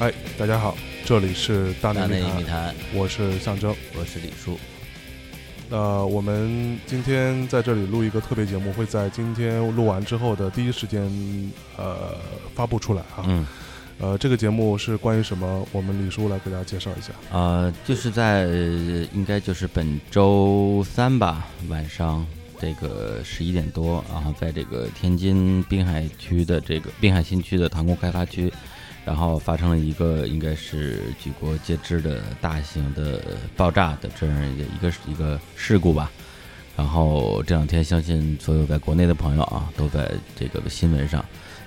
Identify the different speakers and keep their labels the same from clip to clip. Speaker 1: 哎，大家好，这里是大内
Speaker 2: 大内
Speaker 1: 密谈，
Speaker 2: 密谈，
Speaker 1: 我是象征。
Speaker 2: 我是李叔。
Speaker 1: 呃，我们今天在这里录一个特别节目，会在今天录完之后的第一时间呃发布出来啊。
Speaker 2: 嗯，
Speaker 1: 呃，这个节目是关于什么？我们李叔来给大家介绍一下。
Speaker 2: 呃，就是在呃应该就是本周三吧，晚上这个十一点多，然后在这个天津滨海区的这个滨海新区的塘沽开发区，然后发生了一个应该是举国皆知的大型的爆炸的这样一个一个一个事故吧。然后这两天，相信所有在国内的朋友啊，都在这个新闻上，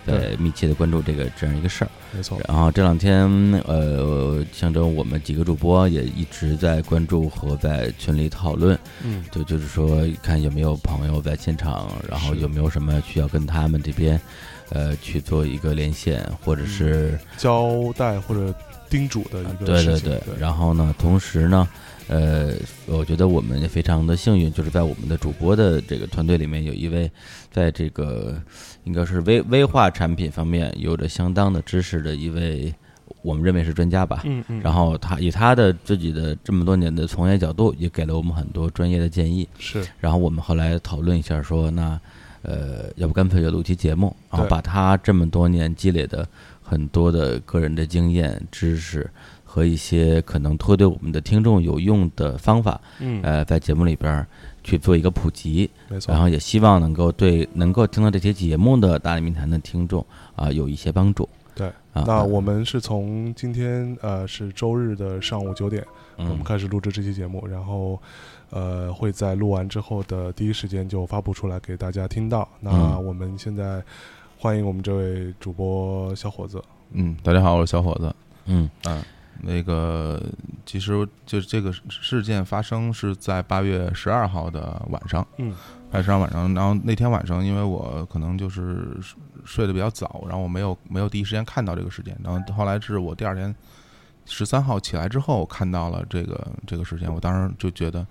Speaker 2: 在
Speaker 1: 对
Speaker 2: 密切的关注这个这样一个事儿。
Speaker 1: 没错，
Speaker 2: 然后这两天，呃，象征我们几个主播也一直在关注和在群里讨论，
Speaker 1: 嗯，
Speaker 2: 就就是说看有没有朋友在现场，然后
Speaker 1: 是
Speaker 2: 有没有什么需要跟他们这边，呃，去做一个连线，或者是、
Speaker 1: 交代或者叮嘱的一个
Speaker 2: 嗯对
Speaker 1: 事
Speaker 2: 对
Speaker 1: 情。
Speaker 2: 对。然后呢，同时呢，呃，我觉得我们也非常的幸运，就是在我们的主播的这个团队里面，有一位在这个应该是微微化产品方面有着相当的知识的一位，我们认为是专家吧。
Speaker 1: 嗯嗯，
Speaker 2: 然
Speaker 1: 后
Speaker 2: 后他以他的自己的这么多年的从业角度，也给了我们很多专业的建议。
Speaker 1: 是
Speaker 2: 然后我们后来讨论一下说，那呃，要不干脆就录期节目，然后
Speaker 1: 对
Speaker 2: 把他这么多年积累的很多的个人的经验、知识和一些可能会对我们的听众有用的方法，
Speaker 1: 嗯，
Speaker 2: 呃，在节目里边儿去做一个普及。
Speaker 1: 没错
Speaker 2: 然。后也希望能够对能够听到这期节目的大内密谈的听众啊、有一些帮助。
Speaker 1: 对
Speaker 2: 啊，
Speaker 1: 那我们是从今天呃是周日的上午九点，我
Speaker 2: 嗯
Speaker 1: 们开始录制这期节目，然后呃会在录完之后的第一时间就发布出来给大家听到。那
Speaker 2: 嗯
Speaker 1: 我们现在欢迎我们这位主播小伙子，
Speaker 3: 嗯，大家好，我是小伙子。
Speaker 2: 嗯
Speaker 3: 那个，其实就是这个事件发生是在八月十二号的晚上，
Speaker 1: 嗯，
Speaker 3: 八月十二晚上。然后那天晚上，因为我可能就是睡睡得比较早，然后我没有没有第一时间看到这个事件。然后后来是我第二天十三号起来之后看到了这个这个事件，我当时就觉得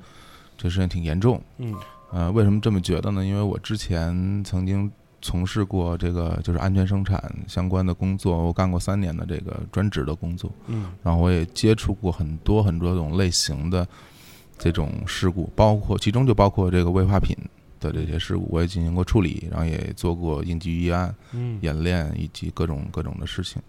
Speaker 3: 这事件挺严重。
Speaker 1: 嗯
Speaker 3: 呃，为什么这么觉得呢？因为我之前曾经从事过这个就是安全生产相关的工作，我干过三年的这个专职的工作，
Speaker 1: 嗯
Speaker 3: 然后我也接触过很多很多种类型的这种事故，包括其中就包括这个危化品的这些事故，我也进行过处理，然后也做过应急预案、
Speaker 1: 嗯，
Speaker 3: 演练以及各种各种的事情，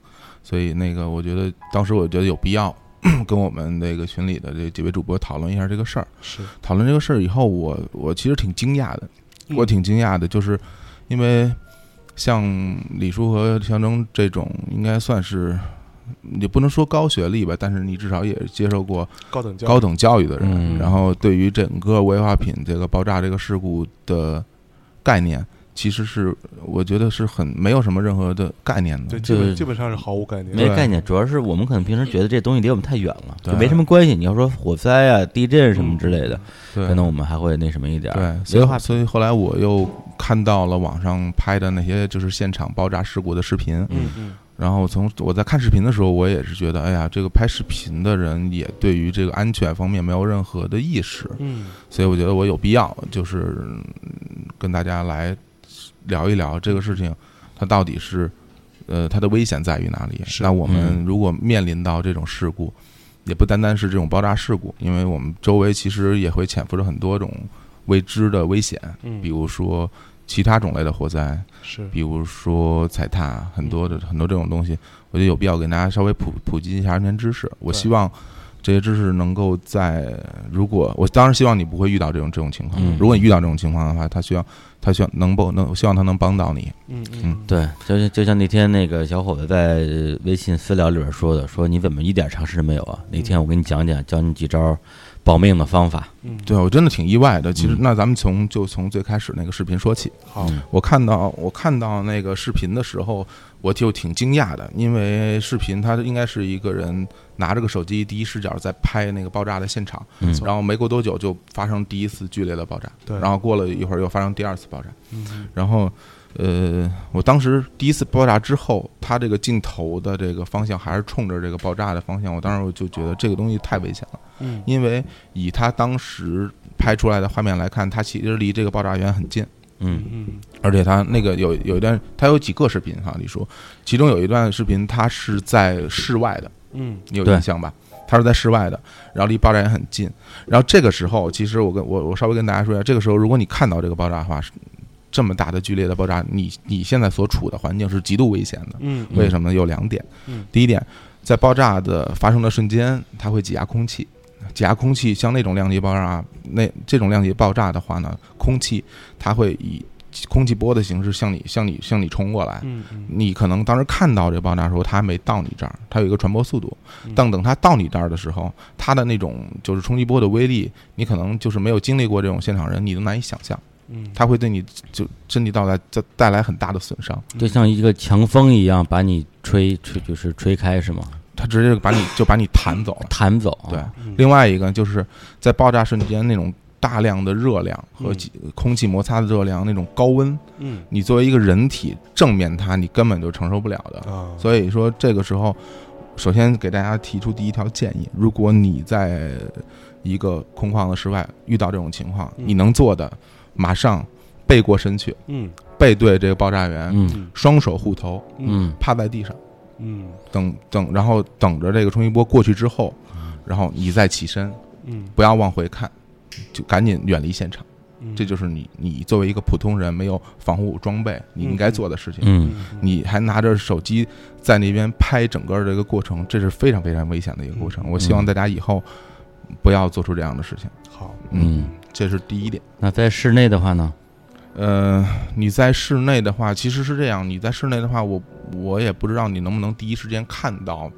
Speaker 3: 所以那个我觉得当时我觉得有必要 跟我们那个群里的这几位主播讨论一下这个事儿。
Speaker 1: 是
Speaker 3: 讨论这个事儿以后，我我其实挺惊讶的，我挺惊讶的，就是因为像李叔和象征这种，应该算是也不能说高学历吧，但是你至少也接受过
Speaker 1: 高等教育
Speaker 3: 高等教育的人，
Speaker 2: 嗯
Speaker 3: 然后对于整个危化品这个爆炸这个事故的概念，其实是我觉得是很没有什么任何的概念的
Speaker 1: 对，。基本
Speaker 2: 对
Speaker 1: 基本上是毫无概念，
Speaker 2: 没
Speaker 3: 对
Speaker 2: 概念，主要是我们可能平时觉得这东西离我们太远了，就
Speaker 3: 对嗯
Speaker 2: 没什么关系。你要说火灾啊、地震什么之类的，
Speaker 3: 对
Speaker 2: 可能我们还会那什么一点儿。
Speaker 3: 对，
Speaker 2: 所
Speaker 3: 所
Speaker 2: 以
Speaker 3: 以
Speaker 2: 话
Speaker 3: 后，所以后来我又看到了网上拍的那些就是现场爆炸事故的视频，
Speaker 1: 嗯嗯
Speaker 3: 然后我从我在看视频的时候，我也是觉得，哎呀，这个拍视频的人也对于这个安全方面没有任何的意识，
Speaker 1: 嗯，
Speaker 3: 所以我觉得我有必要就是嗯跟大家来聊一聊这个事情，它到底是呃它的危险在于哪里？
Speaker 1: 是
Speaker 3: 那我们
Speaker 2: 嗯
Speaker 3: 如果面临到这种事故，也不单单是这种爆炸事故，因为我们周围其实也会潜伏着很多种未知的危险，
Speaker 1: 嗯
Speaker 3: 比如说其他种类的火灾，
Speaker 1: 是
Speaker 3: 比如说踩
Speaker 2: 嗯
Speaker 3: 踏，很多的很多这种东西，我觉得有必要给大家稍微普普及一下安全知识。我
Speaker 1: 对
Speaker 3: 希望这些知识能够在如果我当然希望你不会遇到这种这种情况
Speaker 2: 嗯，
Speaker 3: 如果你遇到这种情况的话，他需要他需要能不能我希望他能帮到你。
Speaker 1: 嗯
Speaker 3: 嗯
Speaker 2: 对，就像就像那天那个小伙子在呃微信私聊里边说的，说你怎么一点常识都没有啊？
Speaker 3: 嗯
Speaker 2: 那天我给你讲讲，教你几招保命的方法。
Speaker 1: 嗯
Speaker 3: 对我真的挺意外的。其实
Speaker 2: 嗯
Speaker 3: 那咱们从就从最开始那个视频说起，
Speaker 1: 好
Speaker 2: 嗯
Speaker 3: 我看到我看到那个视频的时候，我就挺惊讶的，因为视频它应该是一个人拿着个手机第一视角在拍那个爆炸的现场。
Speaker 2: 嗯
Speaker 1: 错
Speaker 3: 然后没过多久就发生第一次剧烈的爆炸，
Speaker 1: 对，
Speaker 3: 然后过了一会儿又发生第二次爆炸，
Speaker 1: 嗯
Speaker 3: 然后，呃，我当时第一次爆炸之后，它这个镜头的这个方向还是冲着这个爆炸的方向，我当时我就觉得这个东西太危险了，
Speaker 1: 嗯
Speaker 3: 因为以他当时拍出来的画面来看，它其实离这个爆炸源很近，
Speaker 2: 嗯
Speaker 1: 嗯
Speaker 3: 而且他那个有有一段，他有几个视频哈，李叔，其中有一段视频他是在室外的，
Speaker 1: 嗯
Speaker 3: 你有
Speaker 2: 对
Speaker 3: 印象吧？他是在室外的，然后离爆炸也很近。然后这个时候，其实我跟我我稍微跟大家说一下，这个时候如果你看到这个爆炸的话，是这么大的剧烈的爆炸，你你现在所处的环境是极度危险的。
Speaker 1: 嗯
Speaker 3: 为什么呢？有两点
Speaker 1: 嗯。
Speaker 3: 第一点，在爆炸的发生的瞬间，它会挤压空气。挤压空气，像那种量级爆炸，那这种量级爆炸的话呢，空气它会以空气波的形式向你、向你、向你冲过来。
Speaker 1: 嗯嗯
Speaker 3: 你可能当时看到这爆炸的时候，它还没到你这儿，它有一个传播速度
Speaker 1: 嗯。
Speaker 3: 但等它到你这儿的时候，它的那种就是冲击波的威力，你可能就是没有经历过这种现场人，你都难以想象。
Speaker 1: 嗯，
Speaker 3: 它会对你就身体到来带带来很大的损伤。
Speaker 2: 就像一个强风一样把你吹吹，就是吹开是吗？
Speaker 3: 它直接把你就把你弹走了。
Speaker 2: 弹走啊，
Speaker 3: 对，
Speaker 1: 嗯
Speaker 3: 另外一个就是在爆炸瞬间那种大量的热量和
Speaker 1: 嗯
Speaker 3: 气空气摩擦的热量，那种高温，
Speaker 1: 嗯
Speaker 3: 你作为一个人体正面它，你根本就承受不了的。
Speaker 1: 啊，
Speaker 3: 所以说这个时候，首先给大家提出第一条建议：如果你在一个空旷的室外遇到这种情况，
Speaker 1: 嗯
Speaker 3: 你能做的，马上背过身去，
Speaker 1: 嗯
Speaker 3: 背对这个爆炸源，
Speaker 2: 嗯
Speaker 1: 嗯
Speaker 3: 双手护头，
Speaker 2: 嗯
Speaker 3: 趴在地上。
Speaker 1: 嗯
Speaker 3: 等等，然后等着这个冲击波过去之后，然后你再起身，
Speaker 1: 嗯，
Speaker 3: 不要往回看，就赶紧远离现场。
Speaker 1: 嗯
Speaker 3: 这就是你你作为一个普通人没有防护装备你应该做的事情。
Speaker 2: 嗯，
Speaker 3: 你还拿着手机在那边拍整个这个过程，这是非常非常危险的一个过程。
Speaker 1: 嗯
Speaker 3: 我希望大家以后不要做出这样的事情。
Speaker 1: 好，
Speaker 2: 嗯，
Speaker 3: 这是第一点。
Speaker 2: 那在室内的话呢？
Speaker 3: 呃，你在室内的话，其实是这样。你在室内的话，我我也不知道你能不能第一时间看到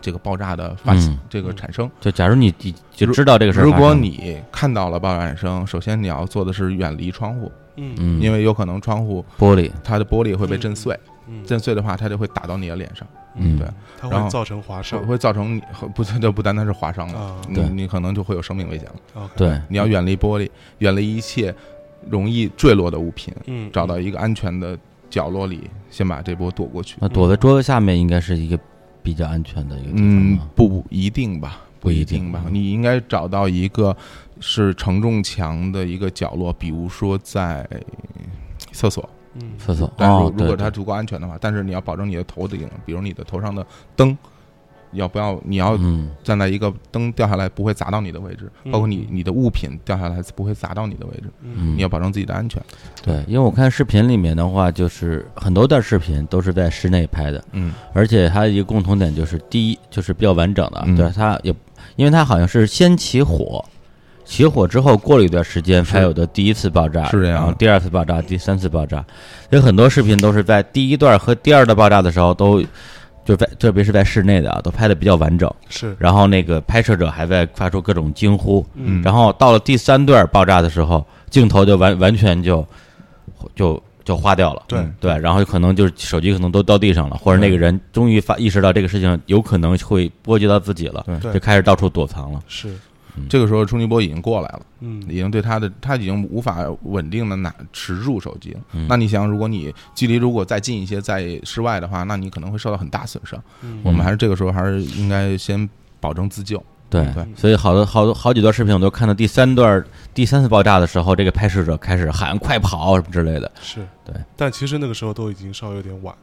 Speaker 3: 这个爆炸的发、
Speaker 2: 嗯
Speaker 3: 这个产生。
Speaker 2: 就假如你你就知道这个事儿发
Speaker 3: 如
Speaker 2: 生，
Speaker 3: 果你看到了爆炸产生，首先你要做的是远离窗户，
Speaker 1: 嗯
Speaker 2: 嗯，
Speaker 3: 因为有可能窗户
Speaker 2: 玻璃，
Speaker 3: 它的玻璃会被震碎，
Speaker 1: 嗯，
Speaker 3: 震碎的话它就会打到你的脸上，
Speaker 2: 嗯
Speaker 3: 对，
Speaker 1: 它
Speaker 3: 然
Speaker 1: 会
Speaker 3: 后
Speaker 1: 造成划伤
Speaker 3: 会造成你不就不单单是划伤了，
Speaker 1: 啊，
Speaker 3: 你
Speaker 2: 对
Speaker 3: 你可能就会有生命危险了。
Speaker 1: OK，
Speaker 2: 对，
Speaker 3: 你要远离玻璃，远离一切容易坠落的物品，
Speaker 1: 嗯，
Speaker 3: 找到一个安全的角落里，先把这波躲过去。
Speaker 2: 那躲在桌子下面应该是一个比较安全的一个地方啊
Speaker 3: 嗯
Speaker 2: 吧，
Speaker 3: 不一定吧，
Speaker 2: 不一
Speaker 3: 一
Speaker 2: 定
Speaker 3: 定吧。
Speaker 2: 嗯
Speaker 3: 你应该找到一个是承重墙的一个角落，比如说在厕所。
Speaker 1: 嗯
Speaker 2: 厕所
Speaker 3: 但是
Speaker 2: 哦，
Speaker 3: 如
Speaker 2: 对
Speaker 3: 果它
Speaker 2: 对
Speaker 3: 足够安全的话，但是你要保证你的头顶，比如你的头上的灯，要不要？你要
Speaker 2: 嗯
Speaker 3: 站在一个灯掉下来不会砸到你的位置，包括你
Speaker 1: 嗯
Speaker 3: 你的物品掉下来不会砸到你的位置，
Speaker 1: 嗯
Speaker 2: 嗯，
Speaker 3: 你要保证自己的安全。
Speaker 2: 对，因为我看视频里面的话，就是很多段视频都是在室内拍的，
Speaker 3: 嗯
Speaker 2: 而且它一个共同点就是，第一就是比较完整的啊，
Speaker 3: 嗯
Speaker 2: 对它也，因为它好像是先起火，起火之后过了一段时间才
Speaker 3: 是
Speaker 2: 有的第一次爆炸，
Speaker 3: 是这样
Speaker 2: 然后第二次爆炸，第三次爆炸，有很多视频都是在第一段和第二段爆炸的时候都。就在特别是在室内的啊，都拍的比较完整，
Speaker 1: 是，
Speaker 2: 然后那个拍摄者还在发出各种惊呼，
Speaker 1: 嗯
Speaker 2: 然后到了第三段爆炸的时候，镜头就完完全就就就花掉了。
Speaker 1: 对
Speaker 3: 嗯
Speaker 2: 对，然后可能就是手机可能都掉地上了，或者那个人终于发意识到这个事情有可能会波及到自己了，
Speaker 1: 对
Speaker 2: 就开始到处躲藏了。
Speaker 1: 是，
Speaker 2: 嗯
Speaker 3: 这个时候冲击波已经过来了，
Speaker 1: 嗯
Speaker 3: 已经对它的它已经无法稳定的拿持住手机了。
Speaker 2: 嗯
Speaker 3: 那你想，如果你距离如果再近一些，在室外的话，那你可能会受到很大损伤。
Speaker 1: 嗯
Speaker 3: 我们还是这个时候还是应该先保证自救。
Speaker 2: 对，
Speaker 3: 对
Speaker 2: 所以好多好多好几段视频我都看到第三段第三次爆炸的时候，这个拍摄者开始喊“快跑”什么之类的。
Speaker 1: 是，
Speaker 2: 对，
Speaker 1: 但其实那个时候都已经稍微有点晚，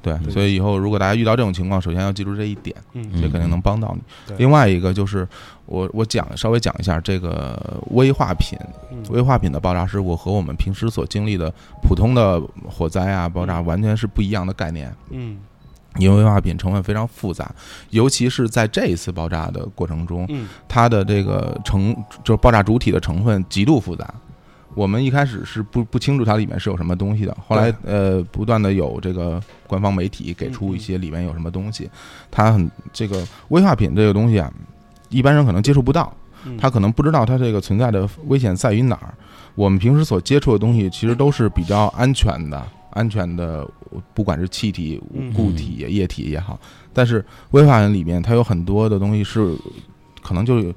Speaker 3: 对，
Speaker 1: 对
Speaker 3: 所以以后如果大家遇到这种情况，首先要记住这一点，
Speaker 1: 嗯
Speaker 2: 嗯
Speaker 3: 这肯定能帮到你。
Speaker 1: 对
Speaker 3: 另外一个就是我我讲稍微讲一下这个危化品，
Speaker 1: 嗯
Speaker 3: 危化品的爆炸事故和我们平时所经历的普通的火灾啊爆
Speaker 2: 嗯
Speaker 3: 炸完全是不一样的概念。
Speaker 1: 嗯
Speaker 3: 因为危化品成分非常复杂，尤其是在这一次爆炸的过程中，
Speaker 1: 嗯
Speaker 3: 它的这个成就是爆炸主体的成分极度复杂。我们一开始是不不清楚它里面是有什么东西的，后来呃不断的有这个官方媒体给出一些里面有什么东西，它很这个危化品这个东西啊，一般人可能接触不到，
Speaker 1: 嗯，
Speaker 3: 他可能不知道它这个存在的危险在于哪儿。我们平时所接触的东西其实都是比较安全的，安全的，不管是气体
Speaker 1: 嗯、
Speaker 3: 固体、液体也好。但是危化品里面它有很多的东西是可能就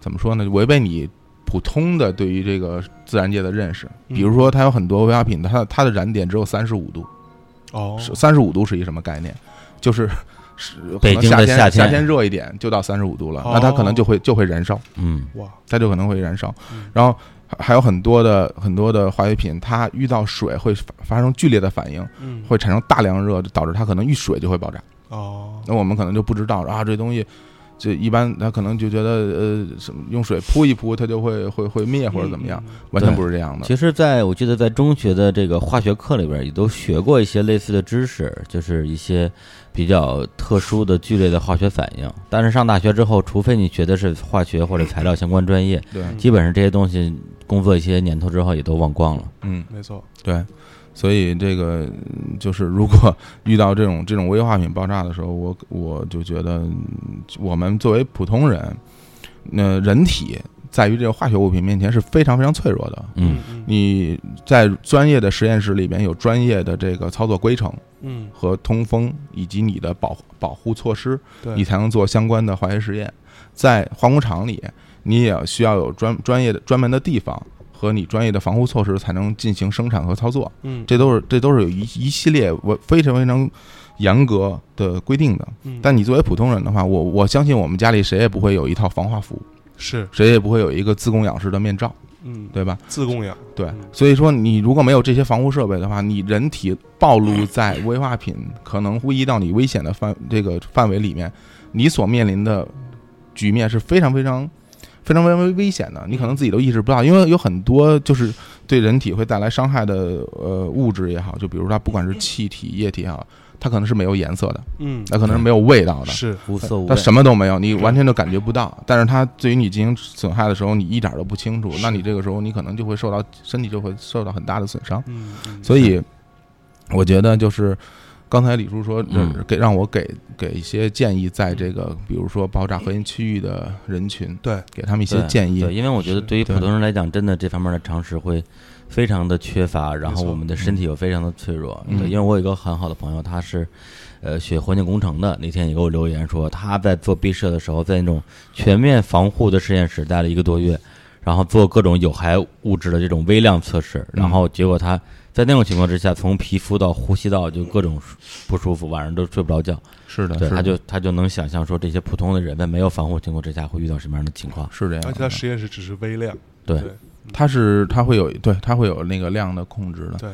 Speaker 3: 怎么说呢，违背你普通的对于这个自然界的认识。
Speaker 1: 嗯
Speaker 3: 比如说，它有很多危化品，它它的燃点只有三十五度，
Speaker 1: 哦，
Speaker 3: 三十五度是一什么概念？就是。是可
Speaker 2: 北
Speaker 3: 能
Speaker 2: 京的
Speaker 3: 夏天
Speaker 2: 夏天
Speaker 3: 天热一点就到三十五度了，
Speaker 1: 哦
Speaker 3: 那它可能就会就会燃烧。
Speaker 2: 嗯
Speaker 1: 哇，
Speaker 3: 它就可能会燃烧
Speaker 1: 嗯。
Speaker 3: 然后还还有很多的很多的化学品，它遇到水会发发生剧烈的反应，
Speaker 1: 嗯
Speaker 3: 会产生大量热，导致它可能遇水就会爆炸。
Speaker 1: 哦，
Speaker 3: 那我们可能就不知道啊，这东西，这一般他可能就觉得呃，什么用水扑一扑，它就会会会灭或者怎么样，
Speaker 1: 嗯？嗯
Speaker 3: 完全不是这样的。
Speaker 2: 其实在，我记得在中学的这个化学课里边，也都学过一些类似的知识，就是一些比较特殊的、剧烈的化学反应。但是上大学之后，除非你学的是化学或者材料相关专业，
Speaker 3: 对，
Speaker 1: 嗯
Speaker 2: 基本上这些东西工作一些年头之后也都忘光了。
Speaker 3: 嗯，
Speaker 1: 没错，
Speaker 3: 对，所以这个嗯就是如果遇到这种这种危化品爆炸的时候，我我就觉得嗯我们作为普通人，那人体在于这个化学物品面前是非常非常脆弱的。
Speaker 2: 嗯，
Speaker 1: 嗯
Speaker 3: 你在专业的实验室里边有专业的这个操作规程
Speaker 1: 嗯，
Speaker 3: 和通风，以及你的保护保护措施，
Speaker 1: 对，
Speaker 3: 你才能做相关的化学实验。在化工厂里，你也需要有专专业的专门的地方和你专业的防护措施，才能进行生产和操作。
Speaker 1: 嗯，
Speaker 3: 这都是这都是有一一系列我非常非常严格的规定的。
Speaker 1: 嗯
Speaker 3: 但你作为普通人的话，我我相信我们家里谁也不会有一套防化服，
Speaker 1: 是
Speaker 3: 谁也不会有一个自供氧式的面罩，
Speaker 1: 嗯，
Speaker 3: 对吧？
Speaker 1: 自供养，
Speaker 3: 对
Speaker 1: 嗯，
Speaker 3: 所以说你如果没有这些防护设备的话，你人体暴露在危化品可能会遇到你危险的范这个范围里面，你所面临的局面是非常非常。非常非常危险的，你可能自己都意识不到，因为有很多就是对人体会带来伤害的呃物质也好，就比如它不管是气体、液体也好，它可能是没有颜色的，
Speaker 1: 嗯，
Speaker 3: 它可能是没有味道的，
Speaker 1: 是
Speaker 2: 无色无
Speaker 3: 它
Speaker 2: 味。
Speaker 3: 什么都没有，你完全就感觉不到。但是它对于你进行损害的时候，你一点都不清楚，
Speaker 1: 是
Speaker 3: 那你这个时候你可能就会受到身体就会受到很大的损伤。
Speaker 1: 嗯，嗯
Speaker 3: 所以，我觉得就是刚才李叔说，
Speaker 2: 嗯
Speaker 3: 呃给让我给给一些建议，在这个比如说爆炸核心区域的人群，
Speaker 1: 对，
Speaker 3: 给他们一些
Speaker 2: 对
Speaker 3: 建议。
Speaker 2: 对，因为我觉得
Speaker 1: 是
Speaker 2: 对于
Speaker 3: 对
Speaker 2: 普通人来讲，真的这方面的常识会非常的缺乏，然后
Speaker 1: 没错
Speaker 2: 我们的身体又非常的脆弱。
Speaker 3: 嗯
Speaker 2: 对，因为我有一个很好的朋友，他是呃学环境工程的，那天也给我留言说，他在做毕设的时候，在那种全面防护的实验室待了一个多月，然后做各种有害物质的这种微量测试，然后结果他。在那种情况之下，从皮肤到呼吸道就各种不舒服，晚上都睡不着觉。
Speaker 3: 是的，
Speaker 2: 对，
Speaker 3: 是
Speaker 2: 他
Speaker 3: 的
Speaker 2: 就他就能想象说，这些普通的人在没有防护情况之下会遇到什么样的情况。
Speaker 3: 是这样的。
Speaker 1: 而且它实验室只是微量，
Speaker 2: 对
Speaker 1: 对
Speaker 3: 它是它会有对它会有那个量的控制的，
Speaker 1: 对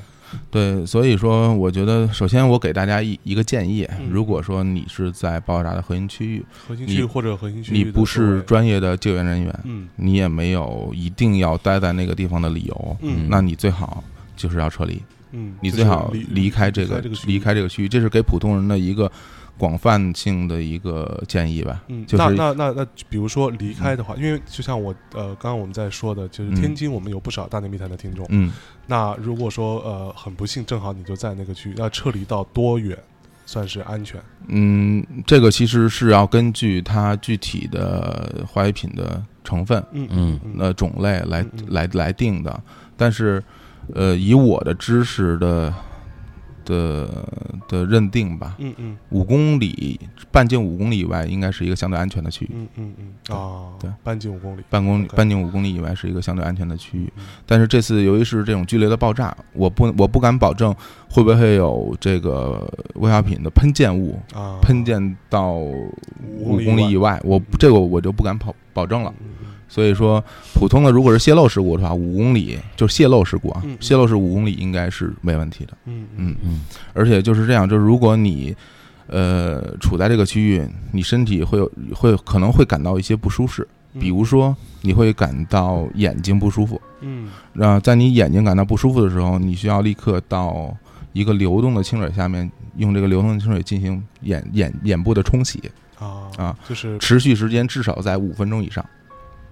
Speaker 3: 对，所以说我觉得首先我给大家一一个建议，
Speaker 1: 嗯
Speaker 3: 如果说你是在爆炸的核心区域，
Speaker 1: 核心区域
Speaker 3: 你
Speaker 1: 或者核心区域
Speaker 3: 你
Speaker 1: 的
Speaker 3: 不
Speaker 1: 周
Speaker 3: 是
Speaker 1: 围
Speaker 3: 专业的救援人员，
Speaker 1: 嗯
Speaker 3: 你也没有一定要待在那个地方的理由，
Speaker 1: 嗯
Speaker 3: 那你最好就是要撤离，
Speaker 1: 嗯，
Speaker 3: 你
Speaker 1: 就
Speaker 3: 最
Speaker 1: 是
Speaker 3: 好离开这
Speaker 1: 离
Speaker 3: 个
Speaker 1: 开这个
Speaker 3: 离开这个区域，这是给普通人的一个广泛性的一个建议吧，
Speaker 1: 嗯，
Speaker 3: 就
Speaker 1: 那
Speaker 3: 是
Speaker 1: 那那那，比如说离开的话，因为就像我呃，刚刚我们在说的，就是
Speaker 3: 嗯
Speaker 1: 天津我们有不少大内密谈的听众。
Speaker 3: 嗯，
Speaker 1: 那如果说呃很不幸，正好你就在那个区，域，要撤离到多远算是安全？
Speaker 3: 嗯，这个其实是要根据它具体的化学品的成分、
Speaker 1: 嗯
Speaker 2: 嗯
Speaker 1: 嗯
Speaker 3: 呃种类来
Speaker 1: 嗯嗯
Speaker 3: 来来定的。但是，呃，以我的知识的的的认定吧，
Speaker 1: 嗯嗯
Speaker 3: 五公里半径五公里以外应该是一个相对安全的区域。
Speaker 1: 嗯嗯嗯啊，
Speaker 3: 对，
Speaker 1: 半径五公里，
Speaker 3: 半公里
Speaker 1: OK
Speaker 3: 半径五公里以外是一个相对安全的区域
Speaker 1: 嗯，
Speaker 3: 但是这次由于是这种剧烈的爆炸，我不我不敢保证会不会有这个危害品的喷溅物
Speaker 1: 啊，
Speaker 3: 喷溅到
Speaker 1: 五
Speaker 3: 五公里以
Speaker 1: 外
Speaker 3: 外，我
Speaker 1: 嗯
Speaker 3: 这个我就不敢保保证了。
Speaker 1: 嗯嗯
Speaker 3: 所以说，普通的如果是泄漏事故的话，五公里就是泄漏事故啊
Speaker 1: 嗯，嗯
Speaker 3: 泄漏是五公里应该是没问题的。
Speaker 1: 嗯嗯
Speaker 3: 嗯，
Speaker 2: 嗯，
Speaker 3: 而且就是这样，就是如果你呃处在这个区域，你身体会有会可能会感到一些不舒适，
Speaker 1: 嗯
Speaker 3: 比如说你会感到眼睛不舒服。
Speaker 1: 嗯
Speaker 3: 那在你眼睛感到不舒服的时候，你需要立刻到一个流动的清水下面，用这个流动的清水进行眼眼眼部的冲洗，
Speaker 1: 啊
Speaker 3: 啊，
Speaker 1: 就是
Speaker 3: 持续时间至少在五分钟以上。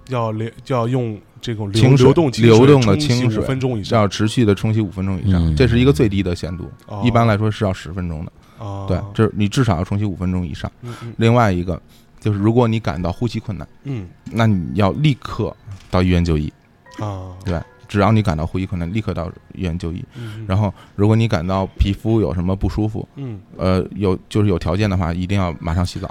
Speaker 1: 要流要用这种流
Speaker 3: 清水
Speaker 1: 流动清
Speaker 3: 流
Speaker 1: 水
Speaker 3: 动的
Speaker 1: 冲洗
Speaker 3: 清
Speaker 1: 五
Speaker 3: 水
Speaker 1: 分钟以
Speaker 3: 是
Speaker 1: 上，
Speaker 3: 要持续的冲洗五分钟以上，
Speaker 2: 嗯
Speaker 3: 这是一个最低的限度，
Speaker 1: 哦
Speaker 3: 一般来说是要十分钟的。
Speaker 1: 啊，
Speaker 3: 对，这你至少要冲洗五分钟以上。
Speaker 1: 嗯嗯
Speaker 3: 另外一个就是，如果你感到呼吸困难，
Speaker 1: 嗯
Speaker 3: 那你要立刻到医院就医。
Speaker 1: 啊，
Speaker 3: 对只要你感到呼吸困难，立刻到医院就医。
Speaker 1: 嗯，嗯
Speaker 3: 然后，如果你感到皮肤有什么不舒服，
Speaker 1: 嗯
Speaker 3: 呃，有就是有条件的话，一定要马上洗澡。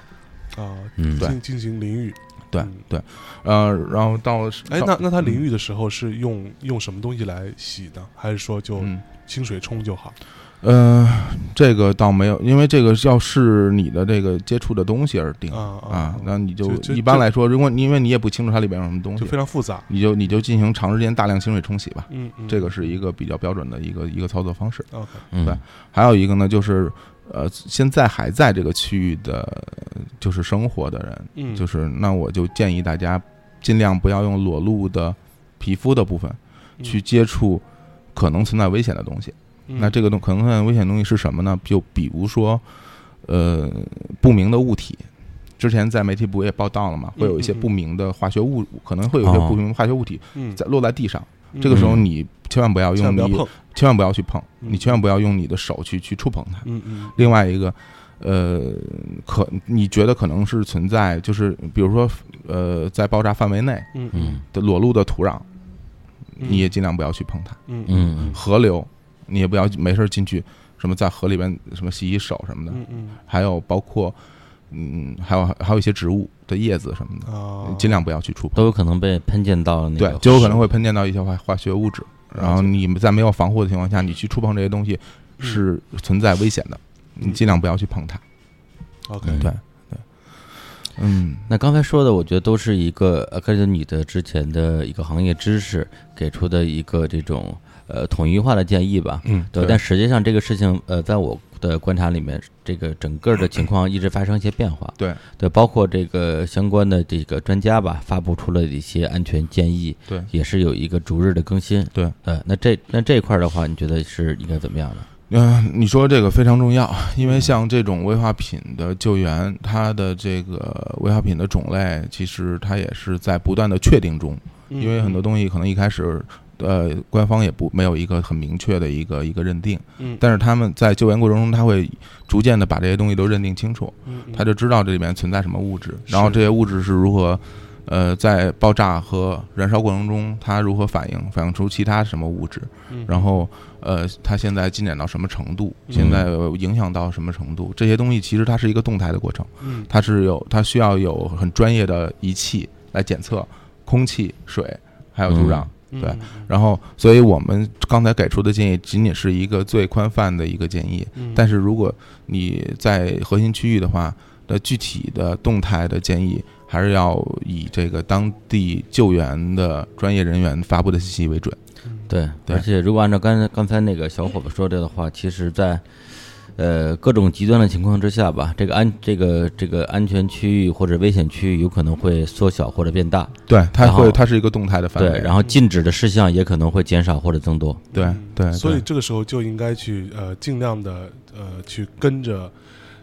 Speaker 1: 啊，
Speaker 2: 嗯，
Speaker 3: 对
Speaker 1: 进进行淋浴。
Speaker 3: 对嗯
Speaker 1: 嗯
Speaker 3: 对，呃，然后到
Speaker 1: 哎，
Speaker 3: 到
Speaker 1: 那那他淋浴的时候是用用什么东西来洗呢？还是说就
Speaker 3: 嗯，
Speaker 1: 清水冲就好？
Speaker 3: 呃，这个倒没有，因为这个要视你的这个接触的东西而定
Speaker 1: 啊啊
Speaker 3: 啊。那你就
Speaker 1: 就就
Speaker 3: 一般来说，如果你因为你也不清楚它里边有什么东
Speaker 1: 就
Speaker 3: 西，
Speaker 1: 非常复杂。
Speaker 3: 你就你就进行长时间大量清水冲洗吧。
Speaker 1: 嗯，嗯
Speaker 3: 这个是一个比较标准的一个一个操作方式。
Speaker 1: OK
Speaker 2: 嗯
Speaker 3: 对还有一个呢，就是呃，现在还在这个区域的，就是生活的人，
Speaker 1: 嗯，
Speaker 3: 就是是那我就建议大家尽量不要用裸露的皮肤的部分
Speaker 1: 嗯
Speaker 3: 去接触可能存在危险的东西。那这个东可能存在危险的东西是什么呢？就比如说，呃，不明的物体。之前在媒体不也报道了嘛，会有一些
Speaker 1: 嗯嗯嗯
Speaker 3: 不明的化学物，可能会有一些
Speaker 2: 哦
Speaker 3: 不明的化学物体
Speaker 1: 嗯
Speaker 3: 在落在地上。这个时候
Speaker 2: 嗯
Speaker 3: 你千万不要
Speaker 1: 千万不要
Speaker 3: 用你
Speaker 1: 碰。
Speaker 3: 千万不要去碰，
Speaker 1: 嗯
Speaker 3: 你千万不要用你的手去去触碰它。
Speaker 1: 嗯嗯
Speaker 3: 另外一个，呃，可你觉得可能是存在，就是比如说，呃，在爆炸范围内
Speaker 1: 嗯
Speaker 2: 嗯
Speaker 3: 的裸露的土壤，
Speaker 1: 嗯
Speaker 3: 你也尽量不要去碰它。
Speaker 1: 嗯
Speaker 2: 嗯
Speaker 3: 河流，你也不要没事儿进去，什么在河里边什么洗洗手什么的。
Speaker 1: 嗯嗯
Speaker 3: 还有包括，嗯，还有还有一些植物的叶子什么的，呃
Speaker 1: 啊，
Speaker 3: 尽量不要去触碰。
Speaker 2: 都有可能被喷溅到那个
Speaker 3: 对
Speaker 2: 水，，
Speaker 3: 就有可能会喷溅到一些化化学物质，
Speaker 1: 了
Speaker 3: 然后
Speaker 1: 解
Speaker 3: 你们在没有防护的情况下，你去触碰这些东西是存在危险的，
Speaker 1: 嗯
Speaker 3: 你尽量不要去碰它。
Speaker 1: OK
Speaker 2: 嗯
Speaker 3: 对对，嗯，
Speaker 2: 那刚才说的，我觉得都是一个呃，根据你的之前的一个行业知识给出的一个这种呃统一化的建议吧。
Speaker 3: 嗯
Speaker 2: 对，但实际上这个事情，呃，在我的观察里面，这个整个的情况一直发生一些变化。
Speaker 3: 对
Speaker 2: 对，包括这个相关的这个专家吧，发布出了一些安全建议，
Speaker 3: 对
Speaker 2: 也是有一个逐日的更新。
Speaker 3: 对，
Speaker 2: 呃，那这那这一块的话，你觉得是应该怎么样的？
Speaker 3: 嗯、你说这个非常重要，因为像这种危化品的救援，它的这个危化品的种类，其实它也是在不断的确定中，
Speaker 1: 嗯
Speaker 3: 因为很多东西可能一开始。呃，官方也不没有一个很明确的一个一个认定，
Speaker 1: 嗯，
Speaker 3: 但是他们在救援过程中，他会逐渐的把这些东西都认定清楚，
Speaker 1: 嗯
Speaker 3: 他就知道这里面存在什么物质，
Speaker 1: 是
Speaker 3: 然后这些物质是如何，呃，在爆炸和燃烧过程中，它如何反应，反应出其他什么物质，
Speaker 1: 嗯
Speaker 3: 然后呃，它现在进展到什么程度，
Speaker 1: 嗯
Speaker 3: 现在影响到什么程度，这些东西其实它是一个动态的过程，
Speaker 1: 嗯
Speaker 3: 它是有它需要有很专业的仪器来检测空气、水还有土壤。
Speaker 2: 嗯
Speaker 1: 嗯
Speaker 3: 对然后，所以我们刚才给出的建议仅仅是一个最宽泛的一个建议，
Speaker 1: 嗯
Speaker 3: 但是如果你在核心区域的话，那具体的动态的建议还是要以这个当地救援的专业人员发布的信息为准。
Speaker 1: 嗯
Speaker 2: 对，
Speaker 3: 对
Speaker 2: 而且如果按照刚才刚才那个小伙子说的的话，其实在，呃各种极端的情况之下吧，这个安这个这个安全区域或者危险区域有可能会缩小或者变大，
Speaker 3: 对，它
Speaker 2: 然后
Speaker 3: 会，它是一个动态的范围。
Speaker 2: 对，然后禁止的事项也可能会减少或者增多。
Speaker 3: 对
Speaker 1: 嗯
Speaker 3: 对
Speaker 1: 所以
Speaker 3: 对
Speaker 1: 这个时候就应该去呃，尽量的呃，去跟着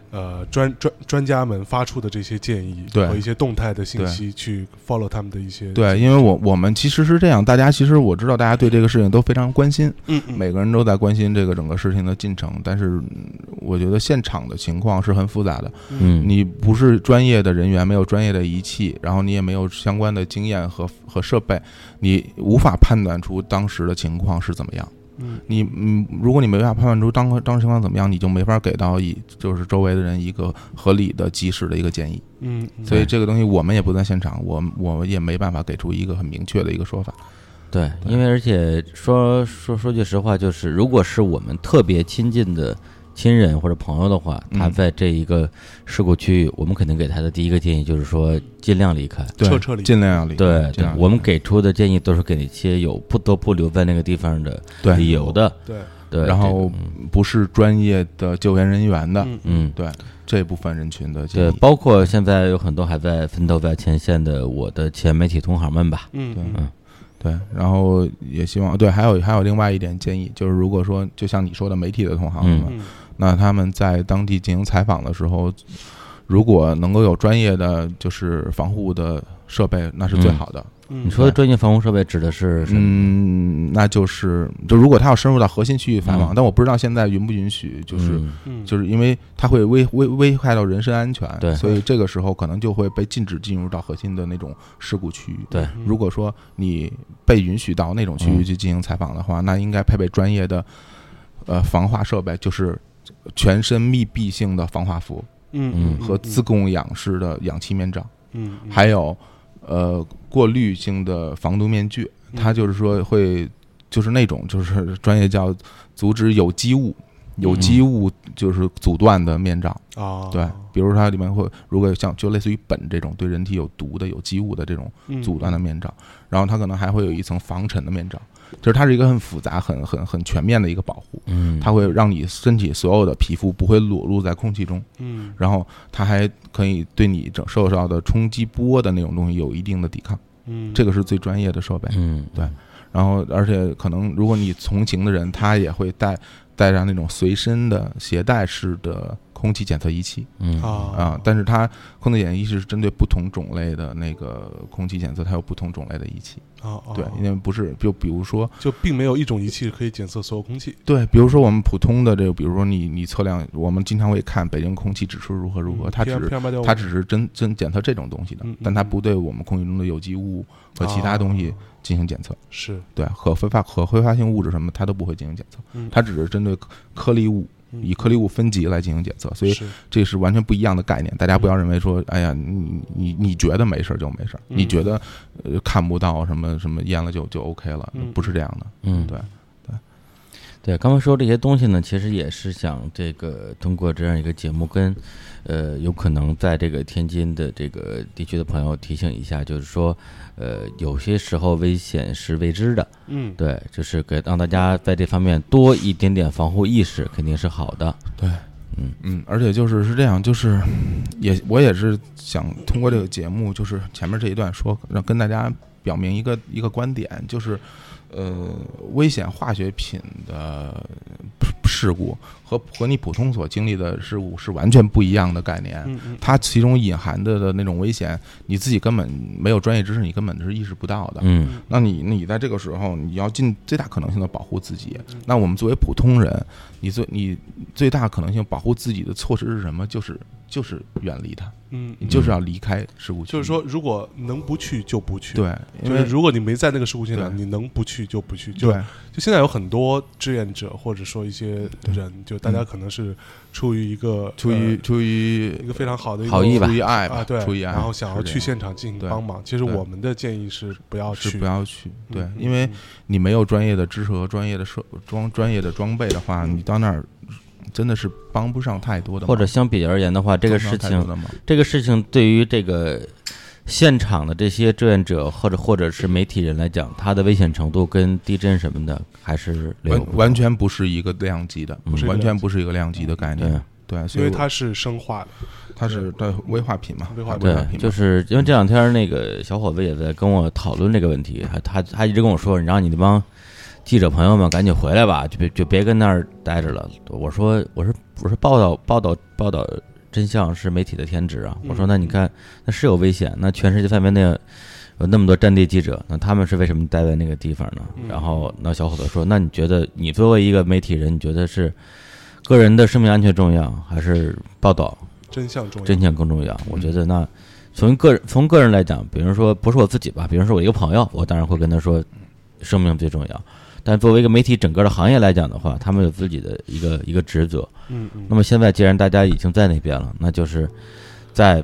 Speaker 1: 呃专专专家们发出的这些建议
Speaker 3: 对
Speaker 1: 和一些动态的信息去 follow 他们的一些
Speaker 3: 对，因为我我们其实是这样，大家其实我知道大家对这个事情都非常关心，
Speaker 1: 嗯嗯
Speaker 3: 每个人都在关心这个整个事情的进程，但是嗯我觉得现场的情况是很复杂的。
Speaker 2: 嗯，
Speaker 3: 你不是专业的人员，没有专业的仪器，然后你也没有相关的经验和和设备，你无法判断出当时的情况是怎么样。
Speaker 1: 嗯
Speaker 3: 你嗯，如果你没法判断出当当时情况怎么样，你就没法给到以就是周围的人一个合理的、及时的一个建议。
Speaker 1: 嗯，嗯
Speaker 3: 所以
Speaker 2: 对
Speaker 3: 这个东西我们也不在现场，我我也没办法给出一个很明确的一个说法。
Speaker 2: 对，
Speaker 3: 对
Speaker 2: 因为而且说说说句实话，就是如果是我们特别亲近的亲人或者朋友的话，
Speaker 3: 嗯
Speaker 2: 他在这一个事故区域，我们肯定给他的第一个建议就是说尽量离开。
Speaker 3: 对
Speaker 1: 彻彻底底
Speaker 3: 尽量要理解
Speaker 2: 对
Speaker 3: 尽
Speaker 2: 对
Speaker 3: 量要，理
Speaker 2: 我们
Speaker 3: 解
Speaker 2: 给出的建议都是给那些有不得不留在那个地方的
Speaker 3: 对
Speaker 2: 理由的，
Speaker 1: 对
Speaker 2: 对，
Speaker 3: 哎然
Speaker 2: 这
Speaker 3: 后
Speaker 2: 个嗯
Speaker 3: 不是专业的救援人员的
Speaker 1: 嗯
Speaker 2: 嗯，
Speaker 3: 这部分人群的建
Speaker 2: 对，
Speaker 3: 议。
Speaker 2: 包括现在有很多还在奋斗在前线的我的前媒体同行们吧，
Speaker 1: 嗯
Speaker 3: 对
Speaker 1: 嗯
Speaker 3: 对，然后也希望对，还有还有另外一点建议，就是如果说就像你说的媒体的同行们，
Speaker 1: 嗯
Speaker 3: 那他们在当地进行采访的时候，如果能够有专业的就是防护的设备，那是最好的。
Speaker 1: 嗯
Speaker 2: 你说的专业防护设备指的是什么？
Speaker 3: 嗯，那就是就如果他要深入到核心区域采访，
Speaker 2: 嗯
Speaker 3: 但我不知道现在允不允许，就是、
Speaker 2: 嗯
Speaker 1: 嗯
Speaker 3: 就是因为它会危危危害到人身安全，
Speaker 2: 对
Speaker 3: 所以这个时候可能就会被禁止进入到核心的那种事故区域。
Speaker 2: 对，
Speaker 1: 嗯
Speaker 3: 如果说你被允许到那种区域去进行采访的话，那应该配备专业的呃防化设备，就是全身密闭性的防化服
Speaker 1: 嗯嗯
Speaker 3: 和自供氧式的氧气面罩，
Speaker 1: 嗯嗯
Speaker 3: 还有呃过滤性的防毒面具。
Speaker 1: 嗯
Speaker 3: 它就是说会就是那种就是专业叫阻止有机物有机
Speaker 1: 嗯
Speaker 3: 物就是阻断的面罩。
Speaker 1: 啊，
Speaker 3: 对，比如它里面会如果有像就类似于苯这种对人体有毒的有机物的这种
Speaker 1: 嗯
Speaker 3: 阻断的面罩，然后它可能还会有一层防尘的面罩，就是它是一个很复杂、很很很全面的一个保护，
Speaker 2: 嗯，
Speaker 3: 它会让你身体所有的皮肤不会裸露在空气中，
Speaker 1: 嗯
Speaker 3: 然后它还可以对你整受到的冲击波的那种东西有一定的抵抗，
Speaker 1: 嗯，
Speaker 3: 这个是最专业的设备。
Speaker 2: 嗯，
Speaker 3: 对然后，而且可能如果你同行的人，他也会带带上那种随身的携带式的空气检测仪器。
Speaker 2: 嗯
Speaker 1: 啊
Speaker 3: 啊，但是它空气检测仪器是针对不同种类的那个空气检测，它有不同种类的仪器。
Speaker 1: 啊啊
Speaker 3: 对，因
Speaker 1: 啊
Speaker 3: 为不是就比如说
Speaker 1: 就并没有一种仪器可以检测所有空气，
Speaker 3: 对，比如说我们普通的这个，比如说你你测量，我们经常会看北京空气指数如何如何，
Speaker 1: 嗯
Speaker 3: 它只
Speaker 1: PM
Speaker 3: 是
Speaker 1: 8.5
Speaker 3: 它只是真真检测这种东西的
Speaker 1: 嗯嗯，
Speaker 3: 但它不对我们空气中的有机物和其他东西
Speaker 1: 啊
Speaker 3: 进行检测，
Speaker 1: 是
Speaker 3: 对，和挥发和挥发性物质什么它都不会进行检测
Speaker 1: 嗯，
Speaker 3: 它只是针对颗颗粒物
Speaker 1: 嗯
Speaker 3: 以颗粒物分级来进行检测，所以
Speaker 1: 是
Speaker 3: 这是完全不一样的概念，大家不要认为说，哎呀，你你你觉得没事儿就没事儿，
Speaker 1: 嗯
Speaker 3: 你觉得呃看不到什么什么淹了就就 OK 了
Speaker 1: 嗯，
Speaker 3: 不是这样的，
Speaker 2: 嗯，
Speaker 3: 对，
Speaker 2: 对，刚刚说这些东西呢，其实也是想这个通过这样一个节目跟，呃，有可能在这个天津的这个地区的朋友提醒一下，就是说，呃，有些时候危险是未知的，
Speaker 1: 嗯
Speaker 2: 对，就是给让大家在这方面多一点点防护意识，肯定是好的。
Speaker 3: 嗯，而且就是是这样，就是也我也是想通过这个节目，就是前面这一段说，让跟大家表明一个一个观点，就是呃，危险化学品的事故和和你普通所经历的事故是完全不一样的概念，
Speaker 1: 嗯嗯
Speaker 3: 它其中隐含着的那种危险，你自己根本没有专业知识，你根本是意识不到的。
Speaker 2: 嗯
Speaker 3: 那你你在这个时候，你要尽最大可能性的保护自己。那我们作为普通人，你最你最大可能性保护自己的措施是什么？就是就是远离它，
Speaker 1: 嗯嗯，
Speaker 3: 你就是要离开事故区。
Speaker 1: 就是说，如果能不去就不去，，
Speaker 3: 对，因
Speaker 1: 就是
Speaker 3: 为
Speaker 1: 如果你没在那个事故现场，
Speaker 3: 对
Speaker 1: 你能不去就不去，就
Speaker 3: 对
Speaker 1: 就现在有很多志愿者或者说一些人，就大家可能是出于一个
Speaker 3: 出于
Speaker 1: 呃
Speaker 3: 出于
Speaker 1: 一个非常好的一个
Speaker 2: 好意吧
Speaker 3: 出于爱
Speaker 1: 啊，
Speaker 3: 吧，
Speaker 1: 对，
Speaker 3: 出于爱，
Speaker 1: 然后想要
Speaker 3: 是这
Speaker 1: 去
Speaker 3: 样
Speaker 1: 现场进行
Speaker 3: 对
Speaker 1: 帮忙。其实
Speaker 3: 对
Speaker 1: 我们的建议是不要去，
Speaker 3: 是不要去，
Speaker 1: 嗯
Speaker 3: 对，
Speaker 1: 嗯
Speaker 3: 因为
Speaker 1: 嗯
Speaker 3: 你没有专业的知识和专业的设装专业的装备的话，
Speaker 1: 嗯
Speaker 3: 你到那儿真的是帮不上太多的
Speaker 2: 或
Speaker 3: 忙，
Speaker 2: 者相比而言的话，这个
Speaker 3: 帮
Speaker 2: 事
Speaker 3: 不上太多
Speaker 2: 情，
Speaker 3: 的忙
Speaker 2: 这个事情对于这个现场的这些志愿者或者或者是媒体人来讲，它的危险程度跟地震什么的还是略有不嗯
Speaker 3: 完
Speaker 2: 同
Speaker 3: 完全不是一个量级的
Speaker 2: 不是，
Speaker 1: 一个
Speaker 3: 完
Speaker 1: 量
Speaker 3: 全
Speaker 1: 级
Speaker 3: 不是一个量级的概
Speaker 2: 对
Speaker 3: 念。。对，所
Speaker 1: 因
Speaker 3: 以
Speaker 1: 为
Speaker 3: 我
Speaker 1: 它是生化的，
Speaker 3: 它是对危化品嘛，
Speaker 1: 危化
Speaker 3: 它
Speaker 1: 品
Speaker 3: 危化
Speaker 2: 对，
Speaker 3: 品
Speaker 2: 就
Speaker 3: 嘛
Speaker 2: 是因为这两天那个小伙子也在跟我讨论这个问题，他他他一直跟我说，你让你那帮记者朋友们赶紧回来吧，就别就别跟那儿待着了。我说我说我说报道报道报道真相是媒体的天职啊。
Speaker 1: 嗯
Speaker 2: 我说那你看那是有危险，那全世界范围内有那么多战地记者，那他们是为什么待在那个地方呢
Speaker 1: 嗯？
Speaker 2: 然后那小伙子说，那你觉得你作为一个媒体人，你觉得是个人的生命安全重要，还是报道？
Speaker 1: 真相重要。
Speaker 2: 真相更重要。我觉得那从个人从个人来讲，比如说不是我自己吧，比如说我一个朋友，我当然会跟他说，生命最重要。但作为一个媒体整个的行业来讲的话，他们有自己的一个一个职责。
Speaker 1: 嗯嗯
Speaker 2: 那么现在既然大家已经在那边了，那就是在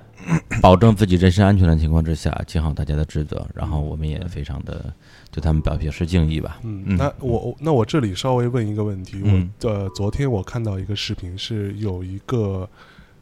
Speaker 2: 保证自己人身安全的情况之下，尽好大家的职责。然后我们也非常的对他们表示敬意吧。
Speaker 1: 嗯，
Speaker 3: 嗯
Speaker 1: 那我我那我这里稍微问一个问题，
Speaker 3: 嗯
Speaker 1: 我呃昨天我看到一个视频，是有一个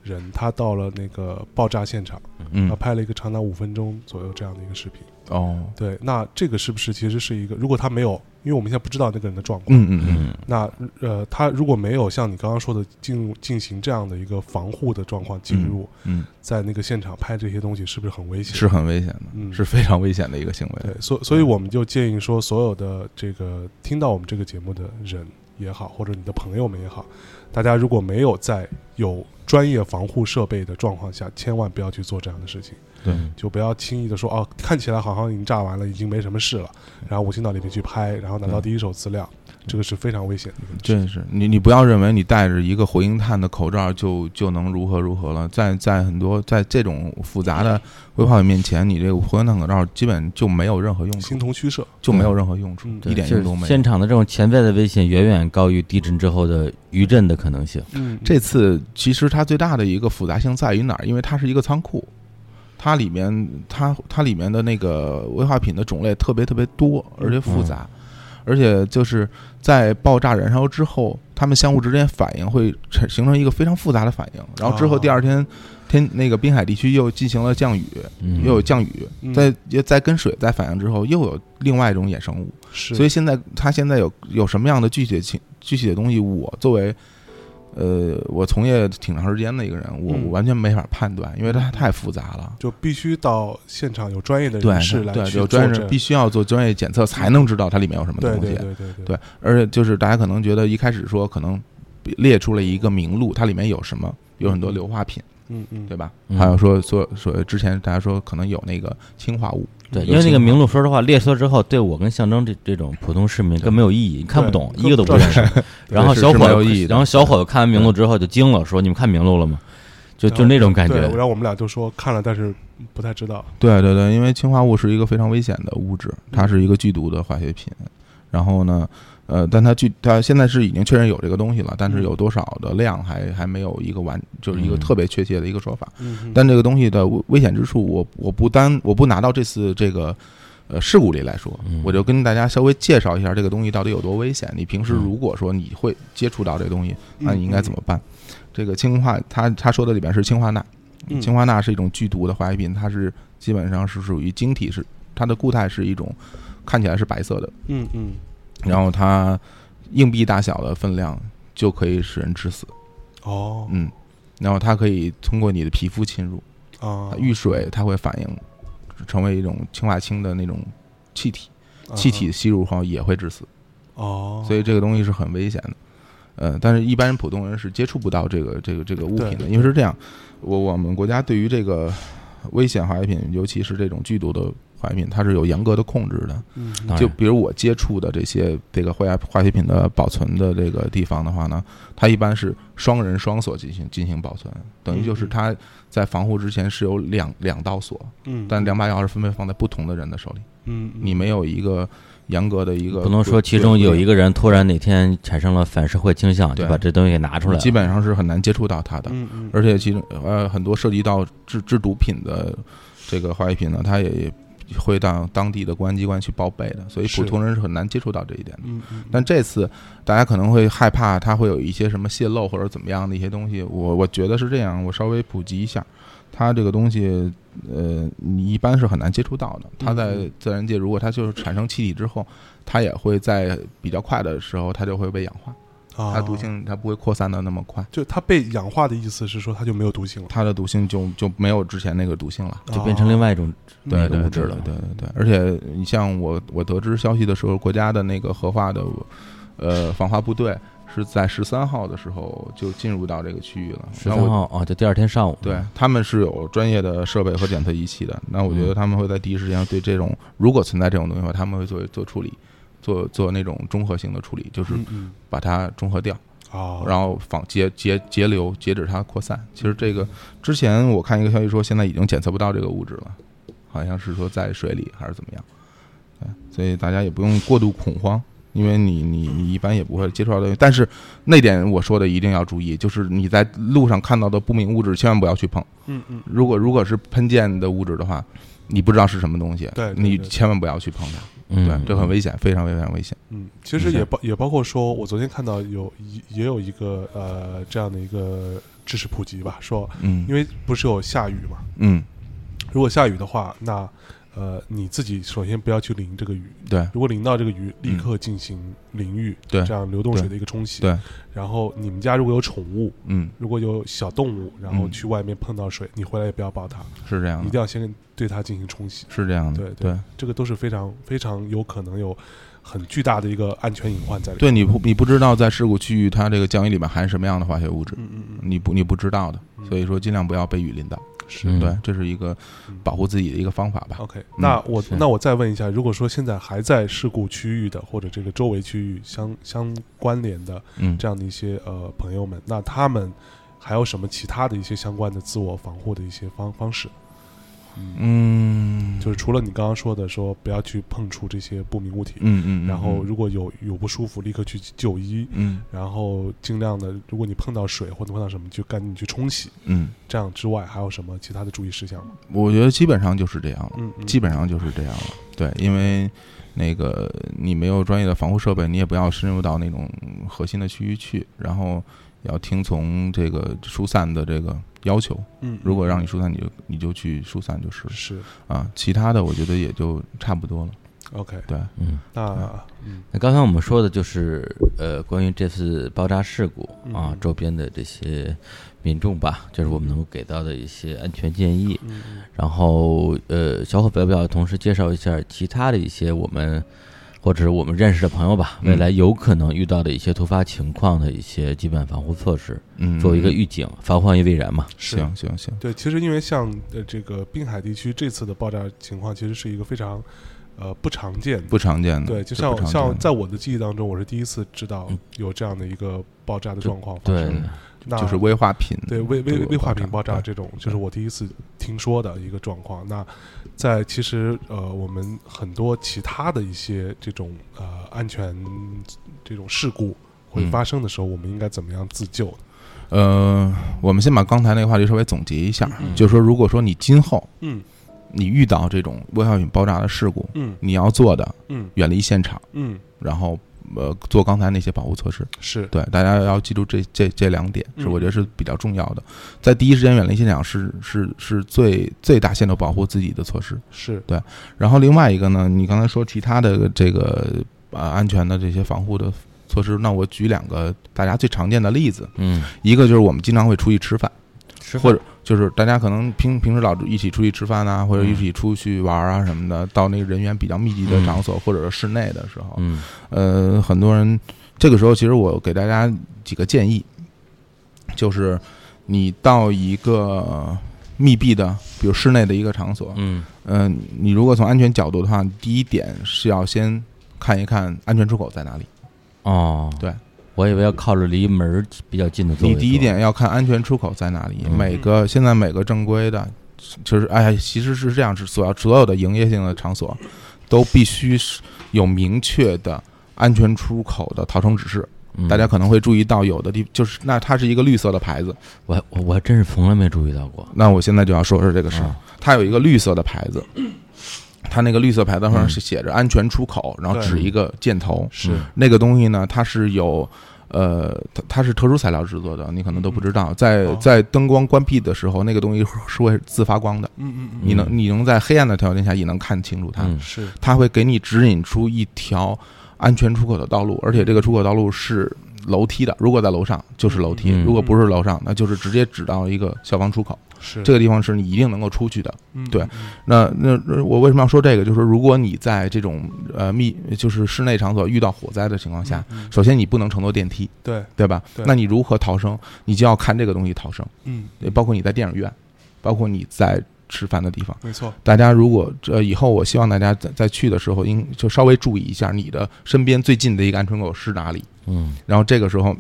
Speaker 1: 人他到了那个爆炸现场，他
Speaker 3: 嗯
Speaker 1: 拍了一个长达五分钟左右这样的一个视频。
Speaker 3: 哦
Speaker 1: 对，那这个是不是其实是一个？如果他没有，因为我们现在不知道那个人的状况，
Speaker 3: 嗯嗯嗯
Speaker 2: 嗯
Speaker 1: 那呃，他如果没有像你刚刚说的进入进行这样的一个防护的状况进入，
Speaker 3: 嗯，
Speaker 1: 在那个现场拍这些东西，是不是很危险？
Speaker 3: 是，很危险
Speaker 1: 嗯
Speaker 3: 的，是嗯非常危险的一个行为。
Speaker 1: 对，所所以我们就建议说，所有的这个听到我们这个节目的人也好，或者你的朋友们也好，大家如果没有在有专业防护设备的状况下，千万不要去做这样的事情。
Speaker 3: 对
Speaker 1: 就不要轻易的说哦，看起来好像已经炸完了，已经没什么事了，
Speaker 3: 嗯
Speaker 1: 然后无心到里面去拍，然后拿到
Speaker 3: 对
Speaker 1: 第一手资料，
Speaker 3: 嗯
Speaker 1: 这个是非常危险的一个事情。
Speaker 3: 真是你，你不要认为你戴着一个活性炭的口罩就就能如何如何了。在在很多在这种复杂的规划面前，你这个活性炭口罩基本就没有任何用处
Speaker 1: 形，同虚设，
Speaker 3: 就没有任何用处
Speaker 1: 嗯，
Speaker 3: 一点用都没有。
Speaker 2: 现场的这种潜在的危险远远高于地震之后的余震的可能性。
Speaker 1: 嗯，
Speaker 3: 这次其实它最大的一个复杂性在于哪儿？因为它是一个仓库，它里
Speaker 1: 嗯
Speaker 3: 面它它里面的那个危化品的种类特别特别多，而且复杂。而且就是在爆炸燃烧之后，它们相互之间反应会产形成一个非常复杂的反应，然后之后
Speaker 1: 哦
Speaker 3: 第二天。天那个滨海地区又进行了降雨，
Speaker 2: 嗯
Speaker 3: 又有降雨，
Speaker 1: 嗯
Speaker 3: 在又在跟水在反应之后，又有另外一种衍生物，
Speaker 1: 是，
Speaker 3: 所以
Speaker 1: 以
Speaker 3: 现在它现在有有什么样的具体的情具体的东西，我作为呃我从业挺长时间的一个人，我
Speaker 1: 嗯
Speaker 3: 我完全没法判断，因为它太复杂了。
Speaker 1: 就必须到现场有专业的
Speaker 3: 对
Speaker 1: 人士来
Speaker 3: 对，
Speaker 1: 去
Speaker 3: 有
Speaker 1: 作
Speaker 3: 专业人
Speaker 1: 证
Speaker 3: 必须要做专业检测，才能知道它里面有什么东
Speaker 1: 对
Speaker 3: 西。
Speaker 1: 对对对对
Speaker 3: 对而且就是大家可能觉得一开始说可能列出了一个名录，它里面有什么，有很多硫化品，
Speaker 1: 嗯嗯
Speaker 3: 对吧？
Speaker 2: 嗯
Speaker 3: 还有说说说之前大家说可能有那个氰化物，
Speaker 2: 对，
Speaker 3: 有
Speaker 2: 因为那
Speaker 3: 氰
Speaker 2: 个
Speaker 3: 化
Speaker 2: 名录，说实话，列出来之后，对我跟象征这这种普通市民更没有意义，你看不
Speaker 1: 对
Speaker 2: 懂，
Speaker 1: 更
Speaker 2: 一个都不
Speaker 1: 不知
Speaker 2: 认
Speaker 1: 道
Speaker 2: 识。然后
Speaker 3: 是
Speaker 2: 小
Speaker 3: 是
Speaker 2: 伙
Speaker 3: 没有
Speaker 2: 子
Speaker 3: 意义，的
Speaker 2: 然后小伙子看完名录之后就惊了，说：“你们看名录了吗？”就就
Speaker 1: 然后
Speaker 2: 那种感
Speaker 1: 对，然
Speaker 2: 觉。
Speaker 1: 后我们俩就说看了，但是不太知道。
Speaker 3: 对对对，因为氰化物是一个非常危险的物质，它是一个剧毒的化学品。然后呢，呃，但它具它现在是已经确认有这个东西了，但是有多少的量还还没有一个完，就是一个
Speaker 2: 嗯
Speaker 3: 特别确切的一个说法。
Speaker 1: 嗯，
Speaker 3: 但这个东西的危险之处，我我不单我不拿到这次这个呃事故里来说
Speaker 2: 嗯，
Speaker 3: 我就跟大家稍微介绍一下这个东西到底有多危险。你平
Speaker 1: 嗯
Speaker 3: 时如果说你会接触到这个东西，那你应该怎
Speaker 1: 么？
Speaker 3: 么办？这个氰化，它它说的里边是氰化钠，
Speaker 1: 嗯
Speaker 3: 氰化钠是一种剧毒的化学品，它是基本上是属于晶体是它的固态是一种看起来是白色的，
Speaker 1: 嗯嗯，
Speaker 3: 然后它硬币大小的分量就可以使人致死，
Speaker 1: 哦
Speaker 3: 嗯，然后它可以通过你的皮肤侵入。
Speaker 1: 啊，
Speaker 3: 遇水它会反应，成为一种氢化氢的那种气体，
Speaker 1: 啊
Speaker 3: 气体吸入后也会致死，
Speaker 1: 哦，
Speaker 3: 所以这个东西是很危险的。呃，但是一般人普通人是接触不到这个这个这个物品
Speaker 1: 对
Speaker 3: 的，因为是这样，我我们国家对于这个危险化学品，尤其是这种剧毒的化学品，它是有严格的控制的。
Speaker 1: 嗯
Speaker 2: 当
Speaker 3: 就
Speaker 2: 然
Speaker 3: 比如我接触的这些这个化学化学品的保存的这个地方的话呢，它一般是双人双锁进行进行保存，等于就是
Speaker 1: 嗯嗯
Speaker 3: 它在防护之前是有两两道锁，
Speaker 1: 嗯，
Speaker 3: 但两把钥匙分别放在不同的人的手里，
Speaker 1: 嗯
Speaker 3: 你没有一个严格的一个
Speaker 2: 不能说其中有一
Speaker 3: 个
Speaker 2: 个人突然哪天产生了反社会倾向，就
Speaker 3: 对
Speaker 2: 把这东西给拿出来了
Speaker 3: 基。本上是很难接触到它的。
Speaker 1: 嗯嗯，
Speaker 3: 而且其中呃很多涉及到制制毒品的这个化学品呢，它也会到当地的公安机关去报备的，所以
Speaker 1: 是
Speaker 3: 普通人是很难接触到这一点的。
Speaker 1: 嗯嗯，
Speaker 3: 但这次大家可能会害怕它会有一些什么泄露或者怎么样的一些东西，我我觉得是这样，我稍微普及一下，它这个东西，呃，你一般是很难接触到的。它在
Speaker 1: 嗯
Speaker 3: 自然界，如果它就是产生气体之后，它也会在比较快的时候，它就会被氧化，
Speaker 1: 啊，
Speaker 3: 它毒性它不会扩散的那么快，
Speaker 1: 就它被氧化的意思是说它就没有毒性了，啊
Speaker 3: 它的毒性就就没有之前那个毒性了。
Speaker 2: 就变成另外一种
Speaker 3: 对
Speaker 2: 那个
Speaker 3: 对
Speaker 2: 物质
Speaker 3: 对对
Speaker 2: 了。
Speaker 3: 对对，而且你像我我得知消息的时候，国家的那个核化的呃防化部队是在十三号的时候就进入到这个区域了。
Speaker 2: 十
Speaker 3: 然
Speaker 2: 三
Speaker 3: 后我
Speaker 2: 号啊，就第二天上午。
Speaker 3: 对，他们是有专业的设备和检测仪器的。那我觉得他们会在第一时间对这种如果存在这种东西的话，他们会做做处理，做做那种综合性的处理，就是
Speaker 1: 嗯嗯
Speaker 3: 把它中和掉。
Speaker 1: 啊，
Speaker 3: 然后防截截截流，截止它扩散。其实这个之前我看一个消息说，现在已经检测不到这个物质了，好像是说在水里还是怎么样。对，所以大家也不用过度恐慌，因为你你你一般也不会接触到东西。但是那点我说的一定要注意，就是你在路上看到的不明物质千万不要去碰。
Speaker 1: 嗯嗯
Speaker 3: 如果如果是喷溅的物质的话，你不知道是什么东西，
Speaker 1: 对对
Speaker 3: 你
Speaker 1: 对
Speaker 3: 千万不要去碰它。
Speaker 2: 嗯，
Speaker 3: 对，这很危险，非常非常危险。
Speaker 1: 嗯，其实
Speaker 3: 是
Speaker 1: 也包也包括说，我昨天看到有一也有一个呃这样的一个知识普及吧，说
Speaker 3: 嗯
Speaker 1: 因为不是有下雨嘛，
Speaker 3: 嗯，
Speaker 1: 如果下雨的话，那呃你自己首先不要去淋这个雨，
Speaker 3: 对
Speaker 1: 如果淋到这个鱼，立刻进行淋浴，
Speaker 3: 嗯对
Speaker 1: 这样流动水的一个冲洗。
Speaker 3: 对，
Speaker 1: 然后你们家如果有宠物，
Speaker 3: 嗯，
Speaker 1: 如果有小动物，然后
Speaker 3: 嗯
Speaker 1: 去外面碰到水，你回来也不要抱它，
Speaker 3: 是这样
Speaker 1: 一
Speaker 3: 的，
Speaker 1: 定要先对它进行冲洗。
Speaker 3: 是这样的，
Speaker 1: 对对这个都是非常非常有可能有很巨大的一个安全隐患在里面。
Speaker 3: 对你不你不知道在事故区域它这个降雨里面含什么样的化学物质，
Speaker 1: 嗯嗯嗯，
Speaker 3: 你不你不知道的，
Speaker 1: 嗯
Speaker 3: 所以说尽量不要被雨淋到。
Speaker 1: 是
Speaker 2: 嗯
Speaker 3: 对，这是一个
Speaker 1: 嗯
Speaker 3: 保护自己的一个方法吧。
Speaker 1: OK，那我
Speaker 2: 是
Speaker 1: 那我再问一下，如果说现在还在事故区域的或者这个周围区域相相关联的
Speaker 3: 嗯，
Speaker 1: 这样的一些呃朋友们，那他们还有什么其他的一些相关的自我防护的一些方方式？
Speaker 3: 嗯，
Speaker 1: 就是除了你刚刚说的说不要去碰触这些不明物体，
Speaker 3: 嗯嗯，嗯
Speaker 1: 然后如果有有不舒服，立刻去就医，
Speaker 3: 嗯
Speaker 1: 然后尽量的，如果你碰到水或者碰到什么，就赶紧去冲洗。
Speaker 3: 嗯，
Speaker 1: 这样之外，还有什么其他的注意事项吗？
Speaker 3: 我觉得基本上就是这样了。
Speaker 1: 嗯，嗯
Speaker 3: 基本上就是这样了。对，因为那个你没有专业的防护设备，你也不要深入到那种核心的区域去，然后要听从这个疏散的这个要求。
Speaker 1: 嗯，
Speaker 3: 如果让你疏散，你就你就去疏散就是
Speaker 1: 是
Speaker 3: 啊，其他的我觉得也就差不多了。
Speaker 1: OK，
Speaker 3: 对，
Speaker 2: 嗯，
Speaker 3: 啊
Speaker 1: 那嗯
Speaker 2: 那刚才我们说的就是呃，关于这次爆炸事故啊
Speaker 1: 嗯，
Speaker 2: 周边的这些民众吧，就是我们能够给到的一些安全建议。
Speaker 1: 嗯嗯
Speaker 2: 然后呃，小伙表表同时介绍一下其他的一些我们或者是我们认识的朋友吧，
Speaker 3: 嗯
Speaker 2: 未来有可能遇到的一些突发情况的一些基本防护措施，
Speaker 3: 嗯，
Speaker 2: 作为一个预警，防患于未然嘛。
Speaker 1: 是
Speaker 3: 行行行，
Speaker 1: 对，其实因为像呃这个滨海地区这次的爆炸情况，其实是一个非常呃不常见的。
Speaker 3: 不常见的，
Speaker 1: 对，就
Speaker 3: 这不
Speaker 1: 像
Speaker 3: 常见
Speaker 1: 像在我的记忆当中，我是第一次知道
Speaker 2: 嗯
Speaker 1: 有这样的一个爆炸的
Speaker 2: 就
Speaker 1: 状况发
Speaker 2: 对
Speaker 1: 生。，那
Speaker 3: 就是危化品，
Speaker 1: 对危
Speaker 3: 这
Speaker 1: 危
Speaker 3: 个
Speaker 1: 危化品爆炸
Speaker 3: 对
Speaker 1: 这种，就是我第一次听说的一个状况。那在其实呃，我们很多其他的一些这种呃安全这种事故会
Speaker 3: 嗯
Speaker 1: 发生的时候，我们应该怎么样自救呢？
Speaker 3: 呃，我们先把刚才那个话题稍微总结一下，
Speaker 2: 嗯
Speaker 3: 就是说，如果说你今后
Speaker 1: 嗯
Speaker 3: 你遇到这种危害品爆炸的事故，
Speaker 1: 嗯
Speaker 3: 你要做的
Speaker 1: 嗯
Speaker 3: 远离现场，
Speaker 1: 嗯，
Speaker 3: 然后呃做刚才那些保护措施。
Speaker 1: 是
Speaker 3: 对，大家要记住这这这两点，
Speaker 1: 嗯
Speaker 3: 是我觉得是比较重要的。在第一时间远离现场是是是最最大限度保护自己的措施。
Speaker 1: 是，
Speaker 3: 然后另外一个呢，你刚才说其他的这个呃安全的这些防护的措施，那我举两个大家最常见的例子，
Speaker 2: 嗯，
Speaker 3: 一个就是我们经常会出去吃饭。
Speaker 2: 吃
Speaker 3: 或者就是大家可能平平时老一起出去吃饭啊，或者一起出去玩啊什么的，到那个人员比较密集的场所、或者是室内的时候，
Speaker 2: 嗯
Speaker 3: 呃，很多人这个时候其实我给大家几个建议，就是你到一个密闭的，比如室内的一个场所，
Speaker 2: 嗯
Speaker 3: 嗯、你如果从安全角度的话，第一点是要先看一看安全出口在哪里。
Speaker 2: 哦，
Speaker 3: 对，
Speaker 2: 我以为要靠着离门儿比较近的座位坐。
Speaker 3: 你第一点要看安全出口在哪里。
Speaker 2: 嗯
Speaker 3: 每个现在每个正规的，就是哎，其实是这样，是所要所有的营业性的场所，都必须是有明确的安全出口的逃生指示。
Speaker 2: 嗯，
Speaker 3: 大家可能会注意到，有的地就是那它是一个绿色的牌子，
Speaker 2: 我还我我还真是从来没注意到过。
Speaker 3: 那我现在就要说说这个事儿
Speaker 2: 啊。
Speaker 3: 它有一个绿色的牌子，它那个绿色牌子上
Speaker 2: 嗯
Speaker 3: 是写着安全出口，然后
Speaker 1: 对
Speaker 3: 指一个箭头。
Speaker 1: 是
Speaker 2: 嗯
Speaker 3: 那个东西呢，它是有，呃，它它是特殊材料制作的，你可能都不知道。在
Speaker 1: 哦
Speaker 3: 在灯光关闭的时候，那个东西是会自发光的，
Speaker 1: 嗯嗯
Speaker 3: 你能你能在黑暗的条件下也能看清楚它，
Speaker 2: 嗯
Speaker 1: 嗯，是
Speaker 3: 它会给你指引出一条安全出口的道路，而且这个出口道路是。楼梯的，如果在楼上就是楼梯，
Speaker 2: 嗯
Speaker 3: 如果不是楼上，那就是直接指到一个消防出口。
Speaker 1: 是
Speaker 3: 这个地方是你一定能够出去的。
Speaker 1: 嗯
Speaker 3: 对
Speaker 1: 嗯嗯
Speaker 3: 那那那我为什么要说这个？就是如果你在这种呃密就是室内场所遇到火灾的情况下，
Speaker 1: 嗯嗯
Speaker 3: 首先你不能乘坐电梯，
Speaker 1: 对，
Speaker 3: 对吧？
Speaker 1: 对
Speaker 3: 那你如何逃生？你就要看这个东西逃生，
Speaker 1: 嗯，
Speaker 3: 也包括你在电影院，包括你在吃饭的地方。
Speaker 1: 没错，
Speaker 3: 大家如果呃以后，我希望大家在在去的时候，应就稍微注意一下你的身边最近的一个安全口是哪里。
Speaker 2: 嗯
Speaker 3: 然后这个时候，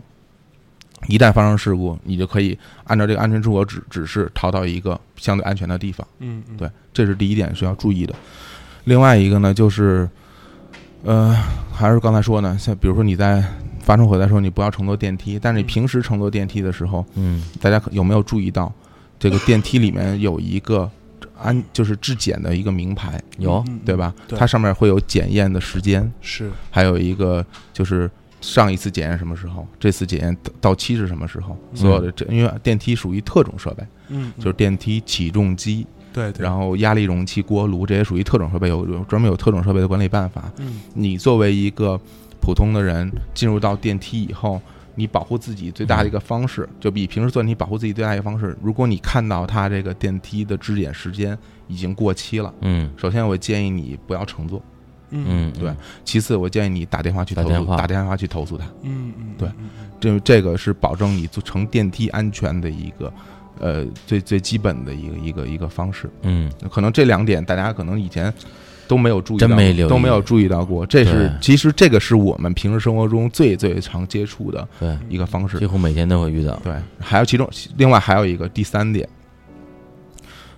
Speaker 3: 一旦发生事故，你就可以按照这个安全出口指指示逃到一个相对安全的地方。
Speaker 1: 嗯嗯
Speaker 3: 对，这是第一点是要注意的。另外一个呢，就是，呃，还是刚才说呢，像比如说你在发生火灾的时候，你不要乘坐电梯，但是你
Speaker 1: 嗯
Speaker 3: 平时乘坐电梯的时候，
Speaker 2: 嗯
Speaker 3: 大家可有没有注意到这个电梯里面有一个安就是质检的一个名牌，
Speaker 2: 有
Speaker 1: 嗯嗯
Speaker 3: 对吧？
Speaker 1: 对
Speaker 3: 它上面会有检验的时间，
Speaker 1: 是
Speaker 3: 还有一个就是。上一次检验什么时候？这次检验到到期是什么时候？所有的这，因为电梯属于特种设备，
Speaker 1: 嗯，嗯
Speaker 3: 就是电梯起重机，
Speaker 1: 对，对
Speaker 3: 然后压力容器、锅炉这些属于特种设备，有有专门有特种设备的管理办法。
Speaker 1: 嗯
Speaker 3: 你作为一个普通的人进入到电梯以后，你保护自己最大的一个方式，
Speaker 2: 嗯
Speaker 3: 就比平时做电梯保护自己最大一个方式，如果你看到它这个电梯的质检时间已经过期了，
Speaker 2: 嗯
Speaker 3: 首先我建议你不要乘坐，
Speaker 1: 嗯
Speaker 2: 嗯，
Speaker 3: 对其次我建议你打电话去投
Speaker 2: 打电
Speaker 3: 诉，
Speaker 2: 话
Speaker 3: 打电话去投诉他。
Speaker 1: 嗯嗯，
Speaker 3: 对
Speaker 1: 嗯，嗯
Speaker 3: 这这个是保证你坐乘电梯安全的一个。呃，最最基本的一个一个一个方式，
Speaker 2: 嗯
Speaker 3: 可能这两点大家可能以前都没有注意到，
Speaker 2: 真没留意
Speaker 3: 都没有注意到过。这是
Speaker 2: 对
Speaker 3: 其实这个是我们平时生活中最最常接触的
Speaker 2: 对，
Speaker 3: 一个方
Speaker 2: 几
Speaker 3: 式。
Speaker 2: 乎每天都会遇到。
Speaker 3: 对，还有其中另外还有一个第三点，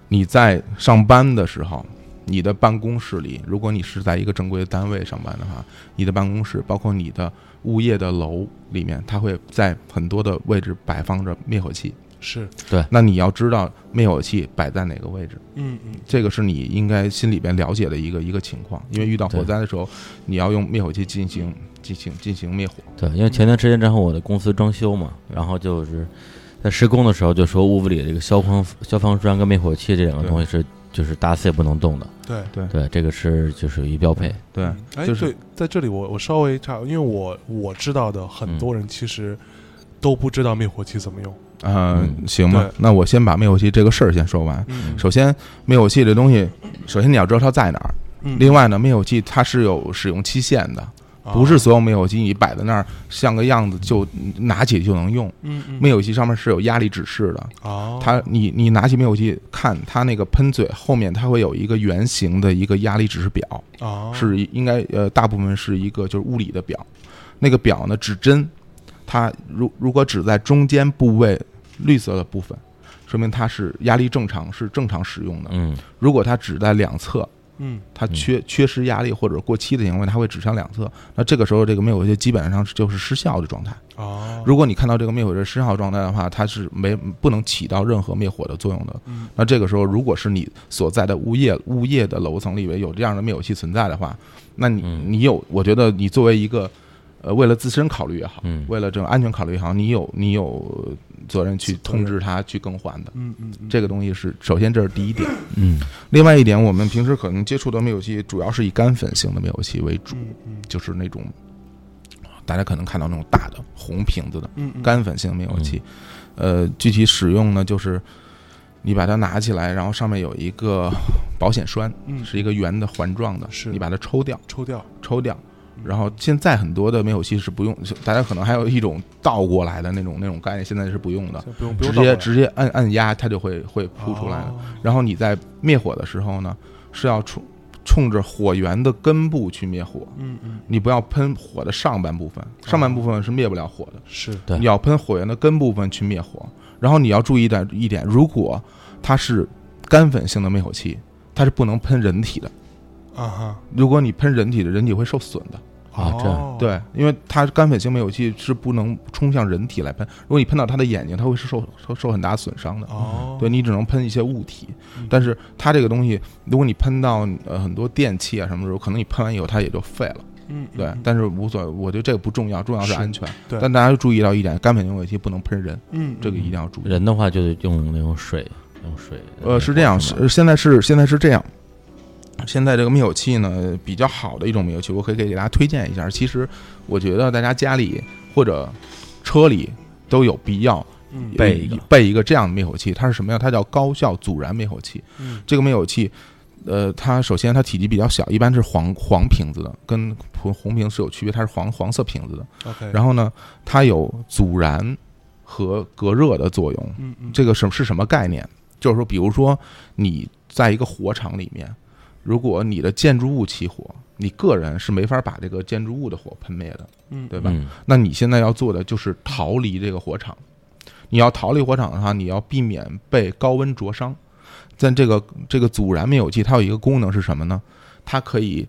Speaker 3: 你在上班的时候，你的办公室里，如果你是在一个正规的单位上班的话，你的办公室包括你的物业的楼里面，它会在很多的位置摆放着灭火器。
Speaker 1: 是，
Speaker 3: 那你要知道灭火器摆在哪个位置，
Speaker 1: 嗯嗯，
Speaker 3: 这个是你应该心里边了解的一个一个情况，因为遇到火
Speaker 2: 对
Speaker 3: 灾的时候，你要用灭火器进
Speaker 1: 嗯
Speaker 3: 行进行进行灭火。
Speaker 2: 对，因为前段时间正好我的公司装修嘛，然后就是在施工的时候就说屋子里这个消防消防栓跟灭火器这两个
Speaker 3: 对
Speaker 2: 东西是就是打死也不能动的，
Speaker 1: 对。
Speaker 2: 对，这个是就属于标配。
Speaker 3: 对，
Speaker 1: 哎，
Speaker 3: 就是
Speaker 1: 对，在这里我我稍微插，因为我我知道的很多人其实都不知道灭火器怎么用。
Speaker 3: 嗯，
Speaker 2: 嗯
Speaker 3: 行吧
Speaker 1: 对，
Speaker 3: 那我先把灭火器这个事儿先说完。
Speaker 1: 嗯
Speaker 3: 首先，灭火器这东西，首先你要知道它在哪儿。
Speaker 1: 嗯啊
Speaker 3: 另外呢，灭火器它是有使用期限的，
Speaker 1: 哦
Speaker 3: 不是，所有灭火器你摆在那儿像个样子就拿起就能用。
Speaker 1: 嗯嗯，
Speaker 3: 灭火器上面是有压力指示的，
Speaker 1: 哦，
Speaker 3: 它你你拿起灭火器看，它那个喷嘴后面它会有一个圆形的一个压力指示表，
Speaker 1: 哦
Speaker 3: 是一应该呃大部分是一个就是物理的表，那个表呢指针，它如如果只在中间部位绿色的部分，说明它是压力正常是正常使用的；
Speaker 2: 嗯，
Speaker 3: 如果它只在两侧，
Speaker 1: 嗯
Speaker 3: 它缺缺失压力或者过期的行为，它会指向两侧。那这个时候，这个灭火器基本上是就是失效的状态。
Speaker 1: 哦，
Speaker 3: 如果你看到这个灭火器失效状态的话，它是没不能起到任何灭火的作用的
Speaker 1: 嗯。
Speaker 3: 那这个时候，如果是你所在的物业物业的楼层里面有这样的灭火器存在的话，那你
Speaker 2: 嗯
Speaker 3: 你有，我觉得你作为一个呃，为了自身考虑也好，
Speaker 2: 嗯
Speaker 3: 为了这种安全考虑也好，你有你有责任去通知他去更换的。
Speaker 1: 嗯嗯嗯
Speaker 3: 这个东西是首先这是第一点。
Speaker 2: 嗯
Speaker 3: 另外一点，我们平时可能接触的灭火器主要是以干粉型的灭火器为主，
Speaker 1: 嗯嗯
Speaker 3: 就是那种大家可能看到那种大的红瓶子的
Speaker 1: 嗯嗯
Speaker 3: 干粉型灭火器。呃，具体使用呢，就是你把它拿起来，然后上面有一个保险栓，
Speaker 1: 嗯
Speaker 3: 是一个圆的环状的，
Speaker 1: 是
Speaker 3: 你把它抽掉，
Speaker 1: 抽掉，
Speaker 3: 抽掉。
Speaker 1: 嗯
Speaker 3: 然后现在很多的灭火器是不用，大家可能还有一种倒过来的那种那种概念，现在是不用的，
Speaker 1: 这不用不
Speaker 3: 直
Speaker 1: 用倒过
Speaker 3: 接
Speaker 1: 来
Speaker 3: 直接按按压，它就会会扑出来的。
Speaker 1: 哦
Speaker 3: 然后你在灭火的时候呢，是要冲冲着火源的根部去灭火，
Speaker 1: 嗯嗯
Speaker 3: 你不要喷火的上半部分，上半部分是灭不了火的，
Speaker 1: 是
Speaker 2: 对
Speaker 3: 你要喷火源的根部分去灭火。然后你要注意的一点，如果它是干粉性的灭火器，它是不能喷人体的。
Speaker 1: 啊哈
Speaker 3: 如果你喷人体的，人体会受损的。
Speaker 2: 啊这样
Speaker 1: 哦
Speaker 3: 对，因为它干粉性灭火器是不能冲向人体来喷，如果你喷到它的眼睛，它会是受受受很大损伤的。
Speaker 1: 哦
Speaker 3: 对你只能喷一些物体
Speaker 1: 嗯，
Speaker 3: 但是它这个东西，如果你喷到呃很多电器啊什么的时候，可能你喷完以后它也就废了，
Speaker 1: 嗯嗯
Speaker 3: 对。
Speaker 1: 嗯
Speaker 3: 但是无所谓，我觉得这个不重要，重要是
Speaker 1: 是
Speaker 3: 安全。
Speaker 1: 对
Speaker 3: 但大家要注意到一点，干粉性尾气不能喷人，
Speaker 1: 嗯
Speaker 3: 这个一定要注意。
Speaker 2: 人的话就得用那种水，用水。
Speaker 3: 呃，是这样，是现在是现在是这样。现在这个灭火器呢，比较好的一种灭火器，我可以给大家推荐一下。其实我觉得大家家里或者车里都有必要呃
Speaker 1: 嗯
Speaker 2: 备一个
Speaker 3: 备一个这样的灭火器。它是什么呀？它叫高效阻燃灭火器。
Speaker 1: 嗯
Speaker 3: 这个灭火器，呃，它首先它体积比较小，一般是黄黄瓶子的，跟红红瓶是有区别，它是黄黄色瓶子的。
Speaker 1: OK，
Speaker 3: 然后呢，它有阻燃和隔热的作用。
Speaker 1: 嗯嗯
Speaker 3: 这个什是什么概念？就是说，比如说你在一个火场里面，如果你的建筑物起火，你个人是没法把这个建筑物的火喷灭的，
Speaker 1: 嗯
Speaker 3: 对吧？
Speaker 2: 嗯
Speaker 3: 那你现在要做的就是逃离这个火场。你要逃离火场的话，你要避免被高温灼伤。但这个这个阻燃灭火器，它有一个功能是什么呢？它可以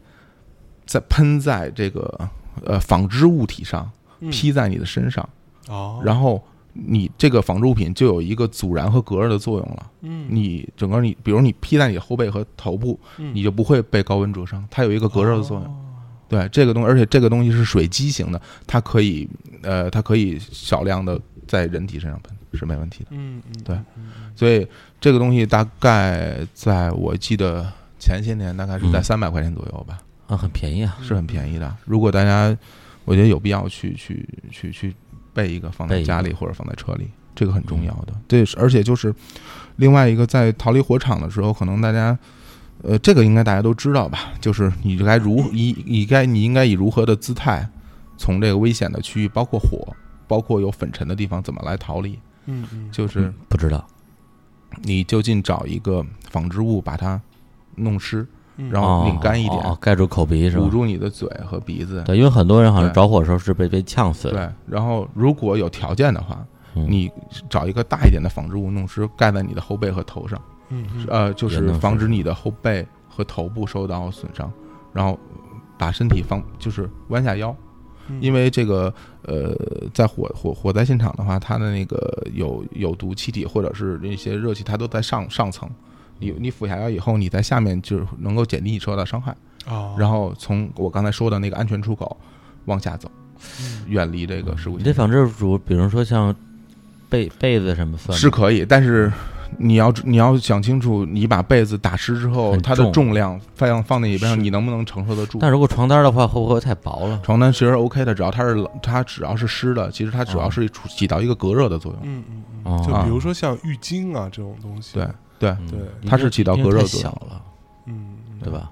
Speaker 3: 在喷在这个呃纺织物体上，
Speaker 1: 嗯
Speaker 3: 披在你的身上，
Speaker 1: 哦，
Speaker 3: 然后你这个纺织物品就有一个阻燃和隔热的作用了。
Speaker 1: 嗯
Speaker 3: 你整个你，比如你披在你的后背和头部，
Speaker 1: 嗯哦
Speaker 3: 你就不会被高温灼伤，它有一个隔热的作用。
Speaker 1: 用
Speaker 3: 对这个东，而且这个东西是水基型的，它可以呃，它可以少量的在人体身上喷是没问题的。
Speaker 1: 嗯嗯
Speaker 3: 对
Speaker 1: 嗯嗯
Speaker 3: 所以这个东西大概在我记得前些年大概是在
Speaker 2: 嗯
Speaker 3: 三百块钱左右吧，
Speaker 2: 啊，很便宜啊，
Speaker 3: 是很便宜的。如果大家我觉得有必要去去去去备一个放
Speaker 2: 备
Speaker 3: 在
Speaker 2: 一个嗯
Speaker 3: 家里或者放在车里，这个很重要的。对，而且就是另外一个在逃离火场的时候，可能大家。呃，这个应该大家都知道吧？就是你该如以以该你应该以如何的姿态，从这个危险的区域，包括火，包括有粉尘的地方，怎么来逃离？
Speaker 1: 嗯嗯
Speaker 3: 就是
Speaker 2: 嗯不知道，
Speaker 3: 你就近找一个纺织物，把它弄湿，
Speaker 1: 嗯
Speaker 3: 然后拧干一点
Speaker 2: 哦哦哦盖住口鼻是吧
Speaker 3: 捂？住你的嘴和鼻子。
Speaker 2: 对，因为很多人好像
Speaker 3: 对
Speaker 2: 着火的时候是被被呛死的。
Speaker 3: 对，然后如果有条件的话，
Speaker 2: 嗯
Speaker 3: 你找一个大一点的纺织物弄湿，盖在你的后背和头上，
Speaker 1: 嗯
Speaker 3: 呃，就
Speaker 2: 也
Speaker 3: 是
Speaker 2: 能
Speaker 3: 防
Speaker 2: 防
Speaker 3: 止
Speaker 2: 止
Speaker 3: 你的后背和头部受到损伤，然后把身体放就是弯下腰，
Speaker 1: 嗯
Speaker 3: 因为这个呃，在火火火灾现场的话，它的那个有有毒气体或者是那些热气，它都在上上层。你你俯下腰以后，你在下面就是能够减低你受到的伤害，
Speaker 1: 啊，
Speaker 3: 然后从我刚才说的那个安全出口往下走，
Speaker 1: 嗯
Speaker 3: 远离这个事故
Speaker 2: 你这
Speaker 3: 现场
Speaker 2: 纺织主，比如说像被被子什么算吗
Speaker 3: 是可以，但
Speaker 2: 嗯
Speaker 3: 是你要你要想清楚，你把被子打湿之后，
Speaker 2: 很
Speaker 3: 它的
Speaker 2: 重
Speaker 3: 重量放放在你背
Speaker 1: 是
Speaker 3: 上，你能不能承受得住？
Speaker 2: 但如果床单的话，会不会太薄了？
Speaker 3: 床单其实 OK 的，只要它是冷，它只要是湿的，其实它
Speaker 2: 嗯
Speaker 3: 主要是起起到一个隔热的作用。
Speaker 1: 嗯嗯嗯，
Speaker 2: 哦
Speaker 1: 就比如说像浴巾啊这种东西，
Speaker 3: 啊对，对，
Speaker 2: 嗯
Speaker 1: 对
Speaker 2: 因为
Speaker 3: 它是起到
Speaker 2: 因为
Speaker 3: 隔热
Speaker 2: 太
Speaker 3: 作
Speaker 2: 小
Speaker 3: 用
Speaker 2: 了，
Speaker 1: 嗯，嗯
Speaker 2: 对？吧？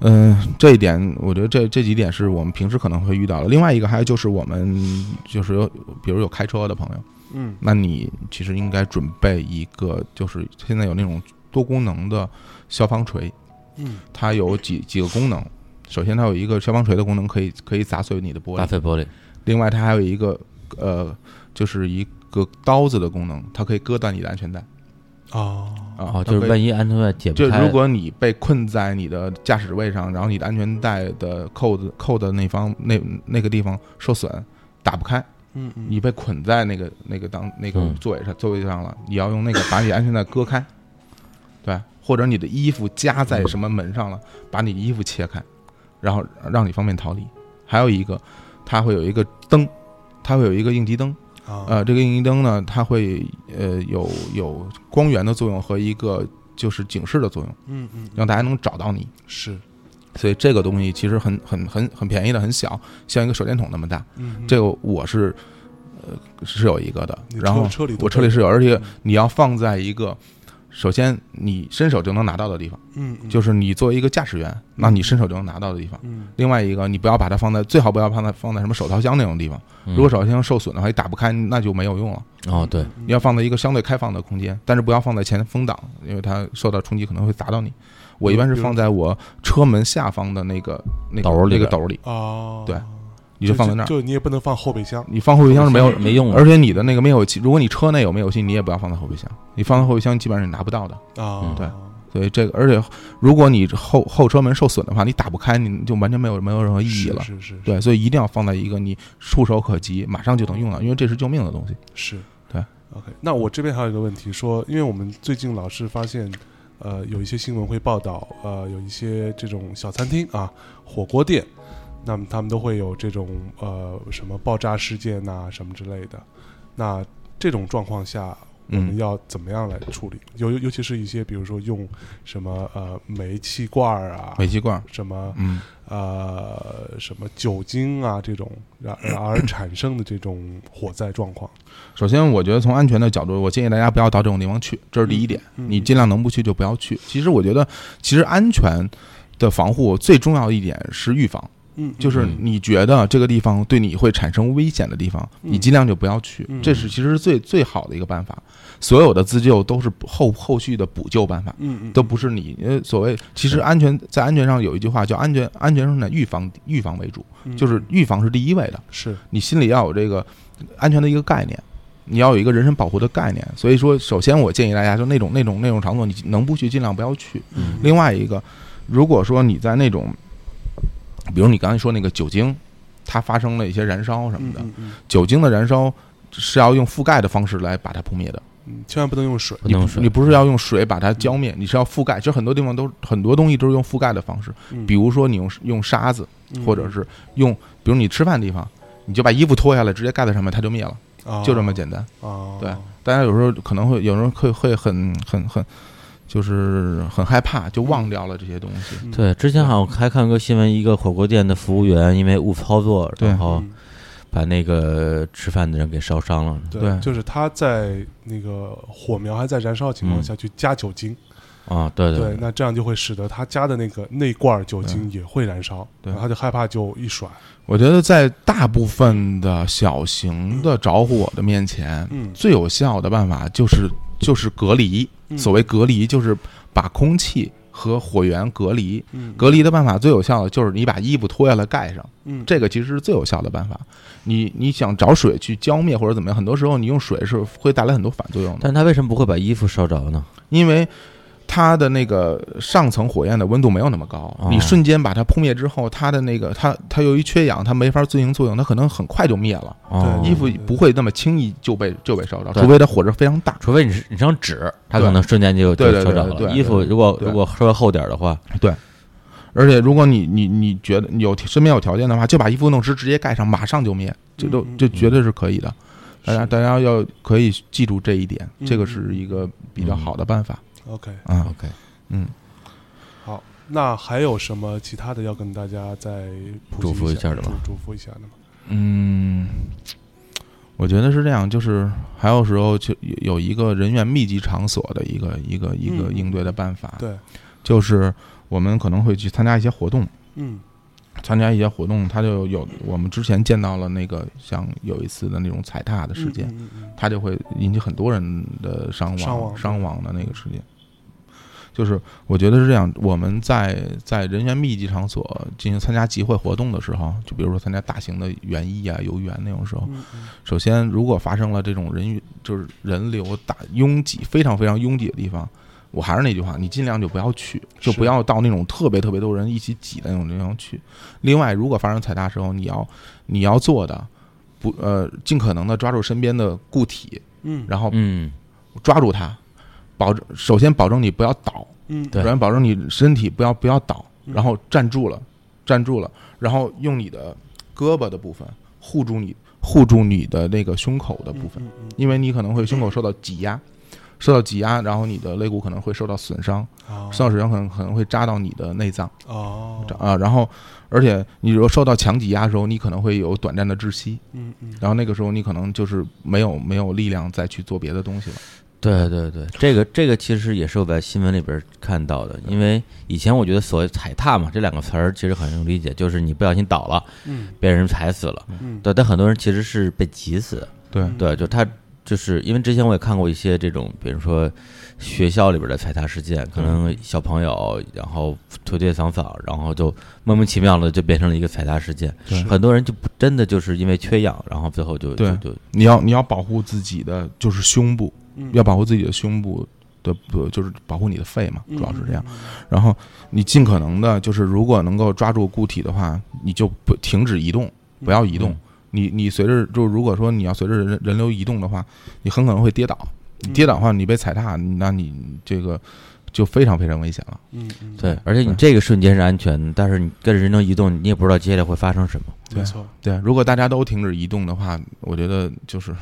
Speaker 3: 嗯，这一点我觉得这这几点是我们平时可能会遇到的。另外一个还有就是我们就是有比如有开车的朋友，
Speaker 1: 嗯
Speaker 3: 那你其实应该准备一个，就是现在有那种多功能的消防锤，
Speaker 1: 嗯
Speaker 3: 它有几几个功能。首先，它有一个消防锤的功能，可以可以砸碎你的玻
Speaker 2: 大
Speaker 3: 璃。
Speaker 2: 费玻璃，
Speaker 3: 另外，它还有一个呃，就是一个刀子的功能，它可以割断你的安全带
Speaker 1: 啊，
Speaker 3: 啊。
Speaker 2: 哦，
Speaker 3: 它
Speaker 2: 就是
Speaker 3: 可以
Speaker 2: 万一安全带解
Speaker 3: 就
Speaker 2: 不开，
Speaker 3: 如果你被困在你的驾驶位上，然后你的安全带的扣子扣的那方那那个地方受损，打不开，
Speaker 1: 嗯嗯，
Speaker 3: 你被捆在那个那个当那个
Speaker 2: 嗯
Speaker 3: 座位上座位上了，你要用那个把你的安全带割开，对，或者你的衣服夹在什么门上了，把你的衣服切开，然后让你方便逃离。还有一个，它会有一个灯，它会有一个应急灯，
Speaker 1: 啊，
Speaker 3: 呃，这个应急灯呢，它会呃有有光源的作用和一个就是警示的作用。
Speaker 1: 嗯嗯，嗯
Speaker 3: 让大家能找到你。
Speaker 1: 是，
Speaker 3: 所以这个东西其实很很很很便宜的，很小，像一个手电筒那么大。
Speaker 1: 嗯，
Speaker 3: 这
Speaker 1: 个
Speaker 3: 个我是呃是有一个的，然后
Speaker 1: 车里都
Speaker 3: 我车里是有，而且
Speaker 1: 嗯
Speaker 3: 你要放在一个首先你伸手就能拿到的地方，
Speaker 1: 嗯，嗯
Speaker 3: 就是你作为一个驾驶员，那你伸手就能拿到的地方。
Speaker 1: 嗯
Speaker 3: 另外一个，你不要把它放在，最好不要放在放在什么手套箱那种地方。
Speaker 2: 嗯
Speaker 3: 如果手套箱受损的话，你打不开，那就没有用了。
Speaker 2: 哦对，
Speaker 1: 嗯
Speaker 3: 你要放在一个相对开放的空间，但是不要放在前风挡，因为它受到冲击可能会砸到你。我一般是放在我车门下方的那个那个
Speaker 2: 斗里
Speaker 3: 那个
Speaker 2: 边
Speaker 3: 斗里，
Speaker 1: 哦，
Speaker 3: 对你就放在那儿。
Speaker 1: 就你也不能放后备箱，
Speaker 3: 你放后备箱是没有，
Speaker 2: 没用的，
Speaker 3: 而且你的那个灭火器，如果你车内有灭火器，你也不要放在后备箱，你放在后备箱基本上是拿不到的。
Speaker 1: 啊，
Speaker 2: 嗯
Speaker 3: 对所以这个，而且如果你后后车门受损的话，你打不开，你就完全没有没有任何意义了。
Speaker 1: 是是是
Speaker 3: 对，所以一定要放在一个你触手可及、马上就能用到，因为这是救命的东西。
Speaker 1: 是，
Speaker 3: 对。
Speaker 1: OK，那我这边还有一个问题，说，因为我们最近老是发现，呃，有一些新闻会报道，呃，有一些这种小餐厅啊、火锅店，那么他们都会有这种呃什么爆炸事件呐、什么之类的。那这种状况下，我们
Speaker 3: 嗯，
Speaker 1: 要怎么样来处理？尤尤其是一些，比如说用什么呃煤气罐儿啊，
Speaker 3: 煤气罐，
Speaker 1: 什么
Speaker 3: 嗯，
Speaker 1: 呃什么酒精啊这种，然然而产生的这种火灾状况。
Speaker 3: 首先，我觉得从安全的角度，我建议大家不要到这种地方去，这是第一点。
Speaker 1: 嗯
Speaker 3: 你尽量能不去就不要去。其实我觉得，其实安全的防护最重要的一点是预防，
Speaker 1: 嗯，嗯
Speaker 3: 就是
Speaker 2: 嗯
Speaker 3: 你觉得这个地方对你会产生危险的地方，
Speaker 1: 嗯
Speaker 3: 你尽量就不要去
Speaker 1: 嗯。
Speaker 3: 这是其实是最最好的一个办法。所有的自救都是后后续的补救办法，
Speaker 1: 嗯嗯
Speaker 3: 都不是你呃所谓。其实安全在安全上有一句话叫安全安全上的预防预防为主，
Speaker 1: 嗯
Speaker 3: 就是预防是第一位的。
Speaker 1: 是
Speaker 3: 你心里要有这个安全的一个概念，你要有一个人身保护的概念。所以说，首先我建议大家，就那种那种那种场所，你能不去尽量不要去。
Speaker 2: 嗯
Speaker 3: 另外一个，如果说你在那种，比如你刚才说那个酒精，它发生了一些燃烧什么的，
Speaker 1: 嗯嗯
Speaker 3: 酒精的燃烧是要用覆盖的方式来把它扑灭的。
Speaker 1: 嗯，千万不能用水。
Speaker 2: 不能水，
Speaker 3: 你不是要用水把它浇
Speaker 1: 嗯
Speaker 3: 灭，你是要覆盖。其实很多地方都很多东西都是用覆盖的方式，
Speaker 1: 嗯
Speaker 3: 比如说你用用沙子，
Speaker 1: 嗯
Speaker 3: 或者是用，比如你吃饭地方，你就把衣服脱下来直接盖在上面，它就灭了。
Speaker 1: 啊
Speaker 3: 就这么简单。
Speaker 1: 啊，
Speaker 3: 对大家有时候可能会有人会会很很很，就是很害怕，就忘掉了这些东西。
Speaker 1: 嗯
Speaker 2: 对，之前好像还看过新闻，一个火锅店的服务员因为误操作，
Speaker 3: 对
Speaker 2: 然后
Speaker 1: 嗯
Speaker 2: 把那个吃饭的人给烧伤了。
Speaker 1: 对，
Speaker 3: 对
Speaker 1: 就是他在那个火苗还在燃烧的情况下去加酒精，
Speaker 2: 啊，嗯对
Speaker 1: 对，
Speaker 2: 对，
Speaker 1: 那这样就会使得他加的那个那罐儿酒精也会燃烧，
Speaker 3: 对
Speaker 1: 然后他就害怕就一甩，
Speaker 3: 我觉得在大部分的小型的着火的面前，
Speaker 1: 嗯，
Speaker 3: 最有效的办法就是就是隔
Speaker 1: 嗯
Speaker 3: 离。所谓隔离，就是把空气和火源隔离。
Speaker 1: 嗯
Speaker 3: 隔离的办法最有效的就是你把衣服脱下来盖上，
Speaker 1: 嗯
Speaker 3: 这个其实是最有效的办法。你你想找水去浇灭或者怎么样，很多时候你用水是会带来很多反作用的，
Speaker 2: 但他为什么不会把衣服烧着呢？
Speaker 3: 因为它的那个上层火焰的温度没有那么高
Speaker 2: 哦，
Speaker 3: 你瞬间把它扑灭之后，它的那个它它由于缺氧，它没法自行作用，它可能很快就灭了，
Speaker 2: 哦
Speaker 1: 对
Speaker 3: 衣服不会那么轻易就被就被烧着，
Speaker 2: 对
Speaker 3: 除非它火势非常大。
Speaker 2: 除非你是你张纸，它
Speaker 3: 对
Speaker 2: 可能瞬间就就
Speaker 3: 对对
Speaker 2: 烧
Speaker 3: 对
Speaker 2: 着
Speaker 3: 对对
Speaker 2: 了。
Speaker 3: 对
Speaker 2: 衣服如果
Speaker 3: 对
Speaker 2: 如果稍微厚点儿的话，
Speaker 3: 而且，如果你你你觉得你有身边有条件的话，就把衣服弄湿，直接盖上，马上就灭，这都
Speaker 1: 嗯嗯
Speaker 3: 这绝对是可以的。大家
Speaker 1: 是
Speaker 3: 大家要可以记住这一点，
Speaker 1: 嗯
Speaker 3: 这个是一个比较好的办法
Speaker 1: OK，
Speaker 3: 啊。
Speaker 2: OK，
Speaker 3: 嗯，
Speaker 1: 好，那还有什么其他的要跟大家再普及
Speaker 2: 祝福
Speaker 1: 一
Speaker 2: 一下的
Speaker 1: 祝
Speaker 2: 吧
Speaker 1: 祝福一下的吗？
Speaker 3: 嗯，我觉得是这样，就是还有时候就有有一个人员密集场所的一个一个一个
Speaker 1: 嗯
Speaker 3: 应对的办法，
Speaker 1: 对，
Speaker 3: 就是我们可能会去参加一些活动，
Speaker 1: 嗯
Speaker 3: 参加一些活动，它就有我们之前见到了那个像有一次的那种踩踏的事件。
Speaker 1: 嗯嗯嗯
Speaker 3: 它就会引起很多人的伤亡、
Speaker 1: 伤亡
Speaker 3: 的那个事件。就是我觉得是这样，我们在在人员密集场所进行参加集会活动的时候，就比如说参加大型的园艺啊、游园那种时候，
Speaker 1: 嗯嗯
Speaker 3: 首先如果发生了这种人与就是人流大拥挤、非常非常拥挤的地方，我还是那句话，你尽量就不要去，
Speaker 1: 是
Speaker 3: 就不要到那种特别特别多人一起挤的那种地方去。另外，如果发生踩踏时候，你要你要做的不呃，尽可能的抓住身边的固体，
Speaker 1: 嗯，
Speaker 3: 然后
Speaker 2: 嗯，
Speaker 3: 抓住它，保证首先保证你不要倒，
Speaker 1: 嗯
Speaker 2: 对
Speaker 3: 然后保证你身体不要不要倒，
Speaker 1: 嗯
Speaker 3: 然后站住了，站住了，然后用你的胳膊的部分护住你护住你的那个胸口的部分，
Speaker 1: 嗯嗯嗯
Speaker 3: 因为你可能会胸口受到挤压，受到挤压，然后你的肋骨可能会受到损伤，
Speaker 1: 哦
Speaker 3: 受到损伤可能可能会扎到你的内脏
Speaker 1: 哦，
Speaker 3: 啊，然后而且你如果受到强挤压的时候，你可能会有短暂的窒息，
Speaker 1: 嗯嗯，
Speaker 3: 然后那个时候你可能就是没有没有力量再去做别的东西了。
Speaker 2: 对对对，这个这个其实也是我在新闻里边看到的，因为以前我觉得所谓踩踏嘛这两个词儿其实很容易理解，就是你不小心倒了，
Speaker 1: 嗯
Speaker 2: 被人踩死了。
Speaker 1: 嗯，
Speaker 2: 对，但很多人其实是被挤死的。
Speaker 3: 对
Speaker 1: 嗯
Speaker 2: 对，就他就是因为之前我也看过一些这种，比如说学校里边的踩踏事件，可
Speaker 3: 嗯
Speaker 2: 能小朋友然后推推搡搡，然后就莫名其妙的就变成了一个踩踏事件。
Speaker 3: 对
Speaker 1: 是
Speaker 2: 很多人就不真的就是因为缺氧，然后最后就
Speaker 3: 对
Speaker 2: 就就
Speaker 3: 你要你要保护自己的就是胸部，
Speaker 1: 嗯
Speaker 3: 要保护自己的胸部的不就是保护你的肺嘛，
Speaker 1: 嗯
Speaker 3: 主要是这样。
Speaker 1: 嗯
Speaker 3: 然后你尽可能的，就是如果能够抓住固体的话，你就不停止移动，不要移动
Speaker 2: 嗯。
Speaker 3: 你你随着就如果说你要随着人人流移动的话，你很可能会跌倒。你跌倒的话，你被踩踏，那你这个就非常非常危险了。
Speaker 1: 嗯嗯，
Speaker 2: 对，而且你这个瞬间是安全的，但是你跟着人流移动，你也不知道接下来会发生什么。
Speaker 1: 没错，
Speaker 3: 对，啊如果大家都停止移动的话，我觉得就是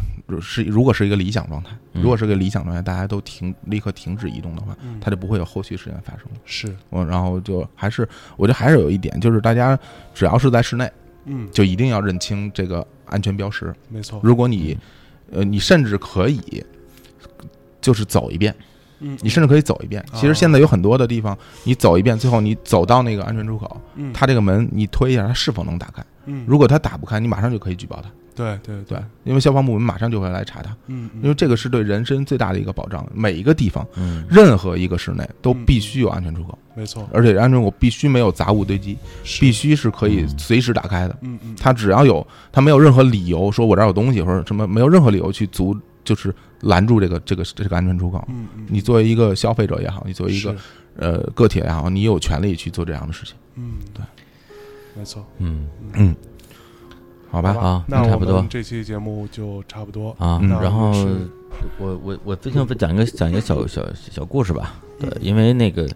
Speaker 3: 是如果是一个理想状态，
Speaker 2: 嗯
Speaker 3: 如果是个理想状态，大家都停立刻停止移动的话，
Speaker 1: 嗯
Speaker 3: 它就不会有后续事件发生了。
Speaker 1: 是
Speaker 3: 嗯，然后就还是，我觉得还是有一点，就是大家只要是在室内，
Speaker 1: 嗯，
Speaker 3: 就一定要认清这个安全标识。
Speaker 1: 没错，
Speaker 3: 如果你，呃，你甚至可以，就是走一遍，
Speaker 1: 嗯
Speaker 3: 你甚至可以走一遍。其
Speaker 1: 哦
Speaker 3: 实现在有很多的地方，你走一遍，最后你走到那个安全出口，
Speaker 1: 嗯
Speaker 3: 它这个门你推一下，它是否能打开？
Speaker 1: 嗯
Speaker 3: 如果它打不开，你马上就可以举报它。
Speaker 1: 对对对，
Speaker 3: 对，因为消防部门马上就会来查它，
Speaker 1: 嗯
Speaker 3: 因为这个是对人身最大的一个保障。每一个地方，
Speaker 2: 嗯，
Speaker 3: 任何一个室内都
Speaker 1: 嗯
Speaker 3: 必须有安全出口。
Speaker 1: 没错，
Speaker 3: 而且安全我必须没有杂物堆积，
Speaker 1: 是
Speaker 3: 必须是可以随时打开的。
Speaker 1: 嗯嗯，
Speaker 3: 它只要有，它没有任何理由说我这儿有东西或者什么，没有任何理由去阻，就是拦住这个这个这个安全出口。
Speaker 1: 嗯嗯，
Speaker 3: 你作为一个消费者也好，你作为一个
Speaker 1: 是
Speaker 3: 呃个体也好，你有权利去做这样的事情，
Speaker 1: 嗯
Speaker 3: 对，
Speaker 1: 没错，
Speaker 2: 嗯
Speaker 3: 好吧？
Speaker 2: 啊
Speaker 1: 那
Speaker 2: 差
Speaker 1: 我
Speaker 2: 不多
Speaker 1: 们这期节目就差不多，
Speaker 2: 啊，
Speaker 3: 嗯
Speaker 2: 然后
Speaker 1: 是
Speaker 2: 我我我最近再讲一个讲一个小小小故事吧，
Speaker 1: 嗯
Speaker 2: 对，因为那个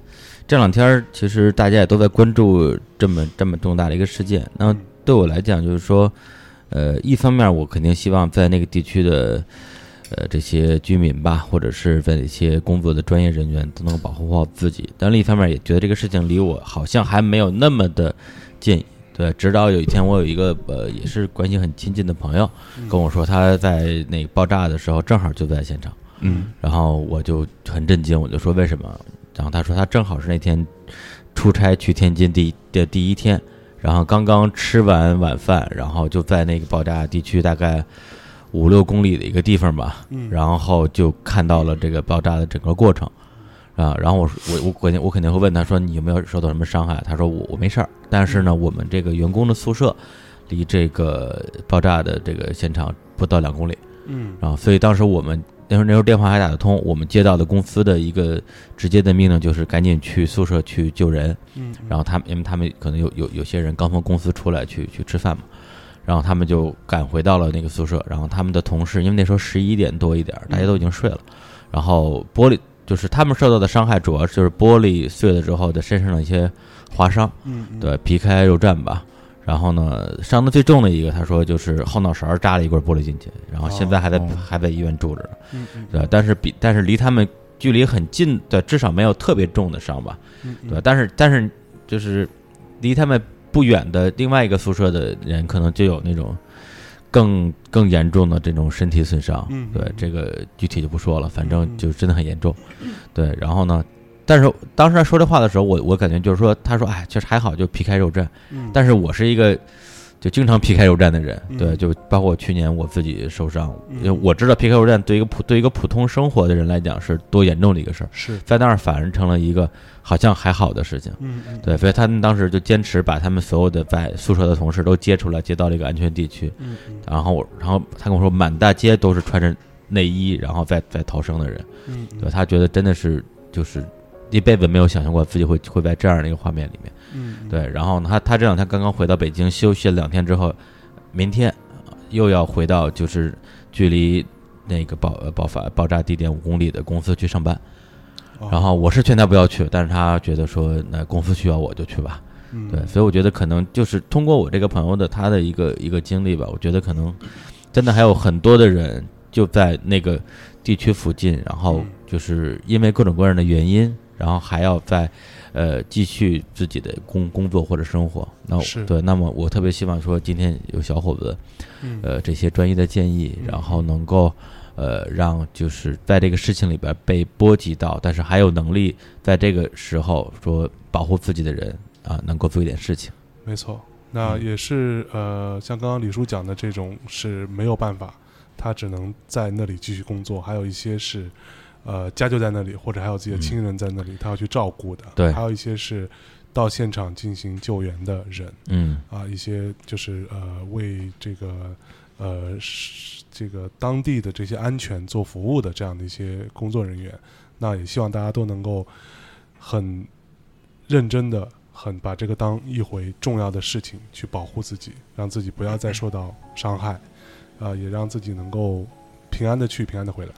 Speaker 2: 这两天儿其实大家也都在关注这么这么重大的一个事件，那
Speaker 1: 嗯
Speaker 2: 对我来讲就是说，呃，一方面我肯定希望在那个地区的。呃，这些居民吧，或者是在一些工作的专业人员都能够保护好自己。但另一方面，也觉得这个事情离我好像还没有那么的近。对，直到有一天，我有一个呃，也是关系很亲近的朋友
Speaker 1: 嗯
Speaker 2: 跟我说，他在那个爆炸的时候正好就在现场，
Speaker 3: 嗯
Speaker 2: 然后我就很震惊，我就说为什么？然后他说他正好是那天出差去天津第一的第一天，然后刚刚吃完晚饭，然后就在那个爆炸地区大概五六公里的一个地方吧，
Speaker 1: 嗯，
Speaker 2: 然后就看到了这个爆炸的整个过程。啊，然后我说我我肯定我肯定会问他说你有没有受到什么伤害？他说我我没事儿，但是呢，我们这个员工的宿舍离这个爆炸的这个现场不到两公里，
Speaker 1: 嗯
Speaker 2: 啊，所以当时我们那时候那时候电话还打得通，我们接到的公司的一个直接的命令就是赶紧去宿舍去救人，
Speaker 1: 嗯，
Speaker 2: 然后他们因为他们可能有有有些人刚从公司出来去去吃饭嘛。然后他们就赶回到了那个宿舍，然后他们的同事，因为那时候十一点多一点儿，大家都已经睡了，然后玻璃就是他们受到的伤害主要就是玻璃碎了之后的身上的一些划伤，
Speaker 1: 嗯嗯，
Speaker 2: 对，皮开肉绽吧。然后呢，伤的最重的一个，他说就是后脑勺扎了一块玻璃进去，然后现在还在、
Speaker 3: 哦
Speaker 2: 还在医院住着呢。
Speaker 1: 嗯嗯
Speaker 2: 对，但是比但是离他们距离很近，对，至少没有特别重的伤吧，
Speaker 1: 嗯
Speaker 2: 对吧。但是但是就是离他们不远的另外一个宿舍的人，可能就有那种更更严重的这种身体损伤。
Speaker 1: 嗯
Speaker 2: 对，这个具体就不说了，反正
Speaker 1: 嗯
Speaker 2: 就真的很严重。对，然后呢，但是当时他说这话的时候，我我感觉就是说，他说哎，其实还好，就皮开肉绽。
Speaker 1: 嗯
Speaker 2: 但是我是一个就经常皮开肉绽的人，
Speaker 1: 嗯
Speaker 2: 对，就包括去年我自己受伤，
Speaker 1: 嗯
Speaker 2: 因为我知道皮开肉绽对一个普对一个普通生活的人来讲是多严重的一个事儿，
Speaker 1: 是
Speaker 2: 在那儿反而成了一个好像还好的事情。
Speaker 1: 嗯嗯
Speaker 2: 对，所以他们当时就坚持把他们所有的在宿舍的同事都接出来，接到这个安全地区。
Speaker 1: 嗯嗯
Speaker 2: 然后我，然后他跟我说，满大街都是穿着内衣然后在在逃生的人，
Speaker 1: 嗯
Speaker 2: 对吧他觉得真的是就是一辈子没有想象过自己会会在这样的一个画面里面。
Speaker 1: 嗯
Speaker 2: 对，然后呢，他他这两天刚刚回到北京休息了两天之后，明天呃又要回到就是距离那个爆呃爆发爆炸地点五公里的公司去上班。
Speaker 1: 嗯哦
Speaker 2: 然后我是劝他不要去，但是他觉得说那公司需要我就去吧。
Speaker 1: 嗯
Speaker 2: 对，所以我觉得可能就是通过我这个朋友的他的一个一个经历吧，我觉得可能真的还有很多的人就在那个地区附近，然后
Speaker 1: 嗯
Speaker 2: 就是因为各种各样的原因，然后还要在呃继续自己的工工作或者生活。那我
Speaker 1: 是
Speaker 2: 对，那么我特别希望说今天有小伙子
Speaker 1: 嗯
Speaker 2: 呃这些专业的建议，
Speaker 1: 嗯
Speaker 2: 然后能够呃让就是在这个事情里边被波及到，但是还有能力在这个时候说保护自己的人啊，能够做一点事情。
Speaker 1: 没错，
Speaker 2: 嗯
Speaker 1: 那也是呃，像刚刚李叔讲的这种是没有办法，他只能在那里继续工作，还有一些是。呃，家就在那里，或者还有自己的亲人在那里，他要去照顾的。
Speaker 2: 嗯对
Speaker 1: 还有一些是到现场进行救援的人
Speaker 2: 嗯
Speaker 1: 啊，一些就是呃为这个呃是这个当地的这些安全做服务的这样的一些工作人员。那也希望大家都能够很认真的、很把这个当一回重要的事情去保护自己，让自己不要再受到伤害，啊、也让自己能够平安的去，平安的回来，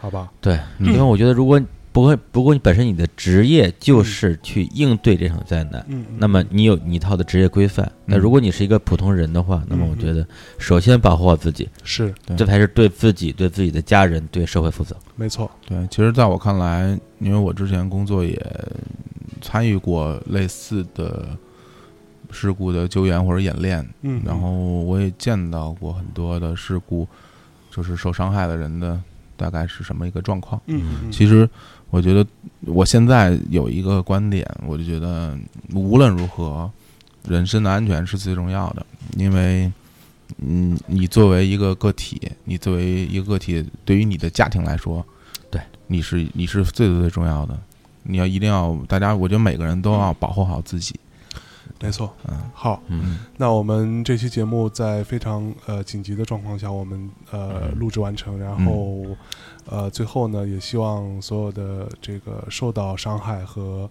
Speaker 1: 好吧？，
Speaker 2: 对，
Speaker 3: 嗯
Speaker 2: 因为我觉得如果不会，不过你本身你的职业就是去应对这场灾难，
Speaker 1: 嗯，
Speaker 2: 那么你有你一套的职业规范。那如果你是一个普通人的话，那么我觉得首先保护好自己，
Speaker 1: 是
Speaker 3: 嗯
Speaker 2: 这才是对自己、对自己的家人、对社会负责。
Speaker 1: 没错，
Speaker 3: 对，其实在我看来，因为我之前工作也参与过类似的事故的救援或者演练，
Speaker 1: 嗯，
Speaker 3: 然后我也见到过很多的事故，就是受伤害的人的大概是什么一个状况。
Speaker 1: 嗯，嗯，
Speaker 3: 其实我觉得我现在有一个观点，我就觉得无论如何，人身的安全是最重要的，因为。嗯，你作为一个个体，你作为一个个体，对于你的家庭来说，
Speaker 2: 对，
Speaker 3: 你是你是最最最重要的。你要一定要，大家，我觉得每个人都要保护好自己。
Speaker 1: 没错，
Speaker 3: 嗯
Speaker 1: 好，
Speaker 2: 嗯，
Speaker 1: 那我们这期节目在非常呃紧急的状况下，我们呃录制完成，然后、呃最后呢，也希望所有的这个受到伤害和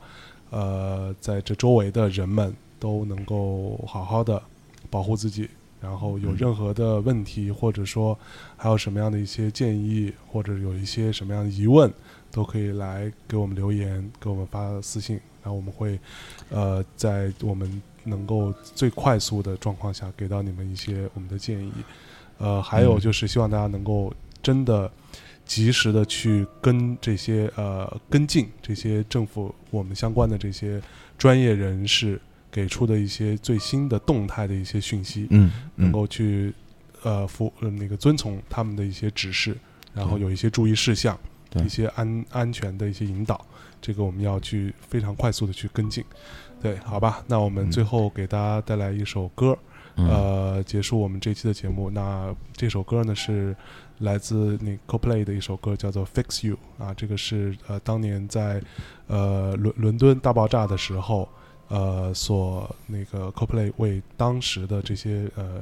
Speaker 1: 呃在这周围的人们都能够好好的保护自己，然后有任何的问题或者说还有什么样的一些建议，或者有一些什么样的疑问，都可以来给我们留言，给我们发私信，然后我们会呃，在我们能够最快速的状况下，给到你们一些我们的建议。呃，还有就是希望大家能够真的及时的去跟这些呃跟进这些政府我们相关的这些专业人士给出的一些最新的动态的一些讯息，
Speaker 3: 嗯，
Speaker 1: 能够去呃服呃那个遵从他们的一些指示，然后
Speaker 3: 对
Speaker 1: 有一些注意事项，
Speaker 3: 对
Speaker 1: 一些安安全的一些引导，这个我们要去非常快速的去跟进。对，好吧，那我们
Speaker 3: 嗯
Speaker 1: 最后给大家带来一首歌，
Speaker 2: 嗯
Speaker 1: 呃，结束我们这期的节目。那这首歌呢是来自那 CoPlay 的一首歌，叫做《Fix You》啊，这个是呃当年在呃伦伦敦大爆炸的时候，呃所那个 CoPlay 为当时的这些呃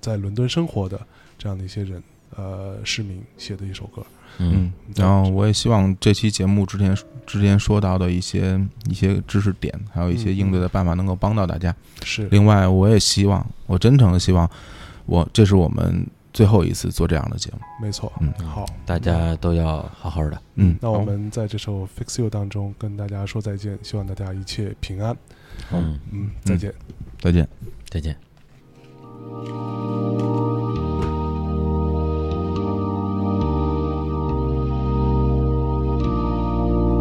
Speaker 1: 在伦敦生活的这样的一些人呃市民写的一首歌。
Speaker 2: 嗯，
Speaker 3: 然后我也希望这期节目之前之前说到的一些一些知识点，还有一些
Speaker 1: 嗯
Speaker 3: 应对的办法，能够帮到大家。
Speaker 1: 是，
Speaker 3: 另外，我也希望，我真诚的希望，我这是我们最后一次做这样的节目。
Speaker 1: 没错。
Speaker 3: 嗯，
Speaker 1: 好，
Speaker 2: 大家都要好好的。
Speaker 3: 嗯，
Speaker 1: 那我
Speaker 3: 好
Speaker 1: 们在这首《Fix You》当中跟大家说再见，希望大家一切平安。
Speaker 2: 嗯，
Speaker 1: 嗯，再见。
Speaker 3: 再见。
Speaker 2: 再见。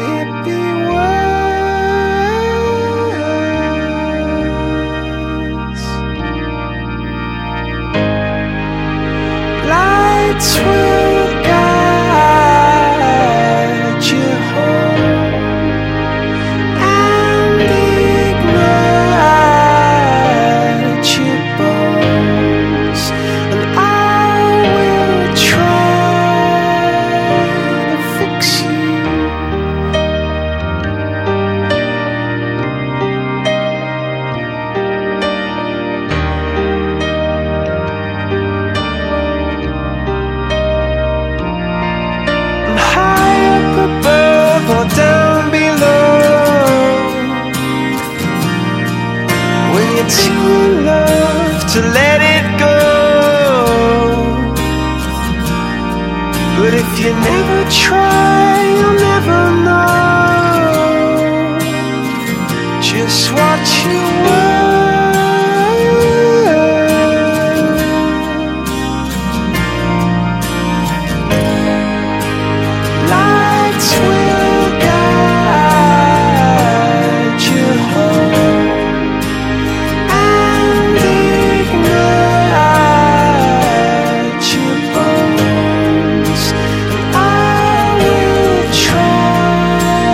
Speaker 4: it be worse? Lights will guide you home and ignite your bones, and I will try to fix you. And high up above or down below. When you're too loved to let it go. But if you never try, you'll never know just what you were. Lights will guide you home and ignite your bones. I will try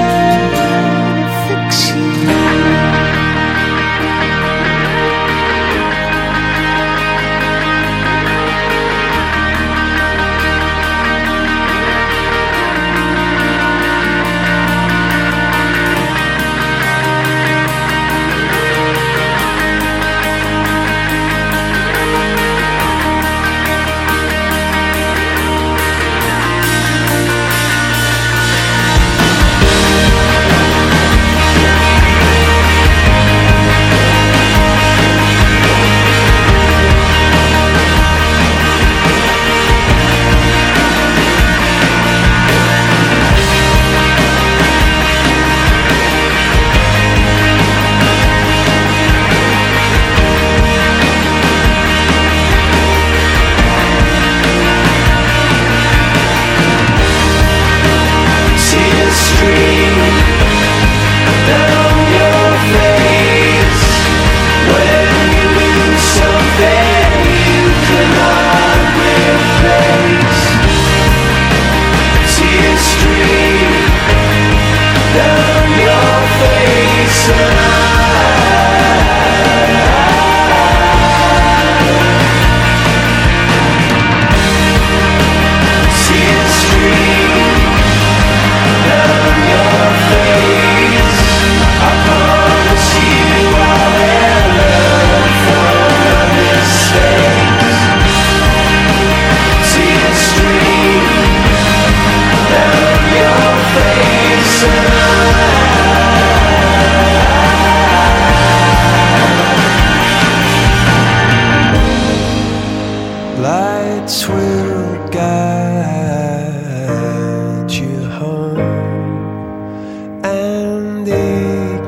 Speaker 5: and ignite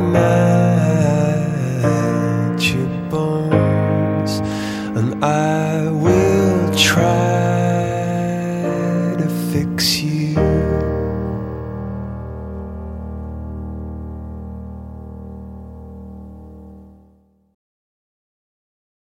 Speaker 5: your bones, and I will try to fix you.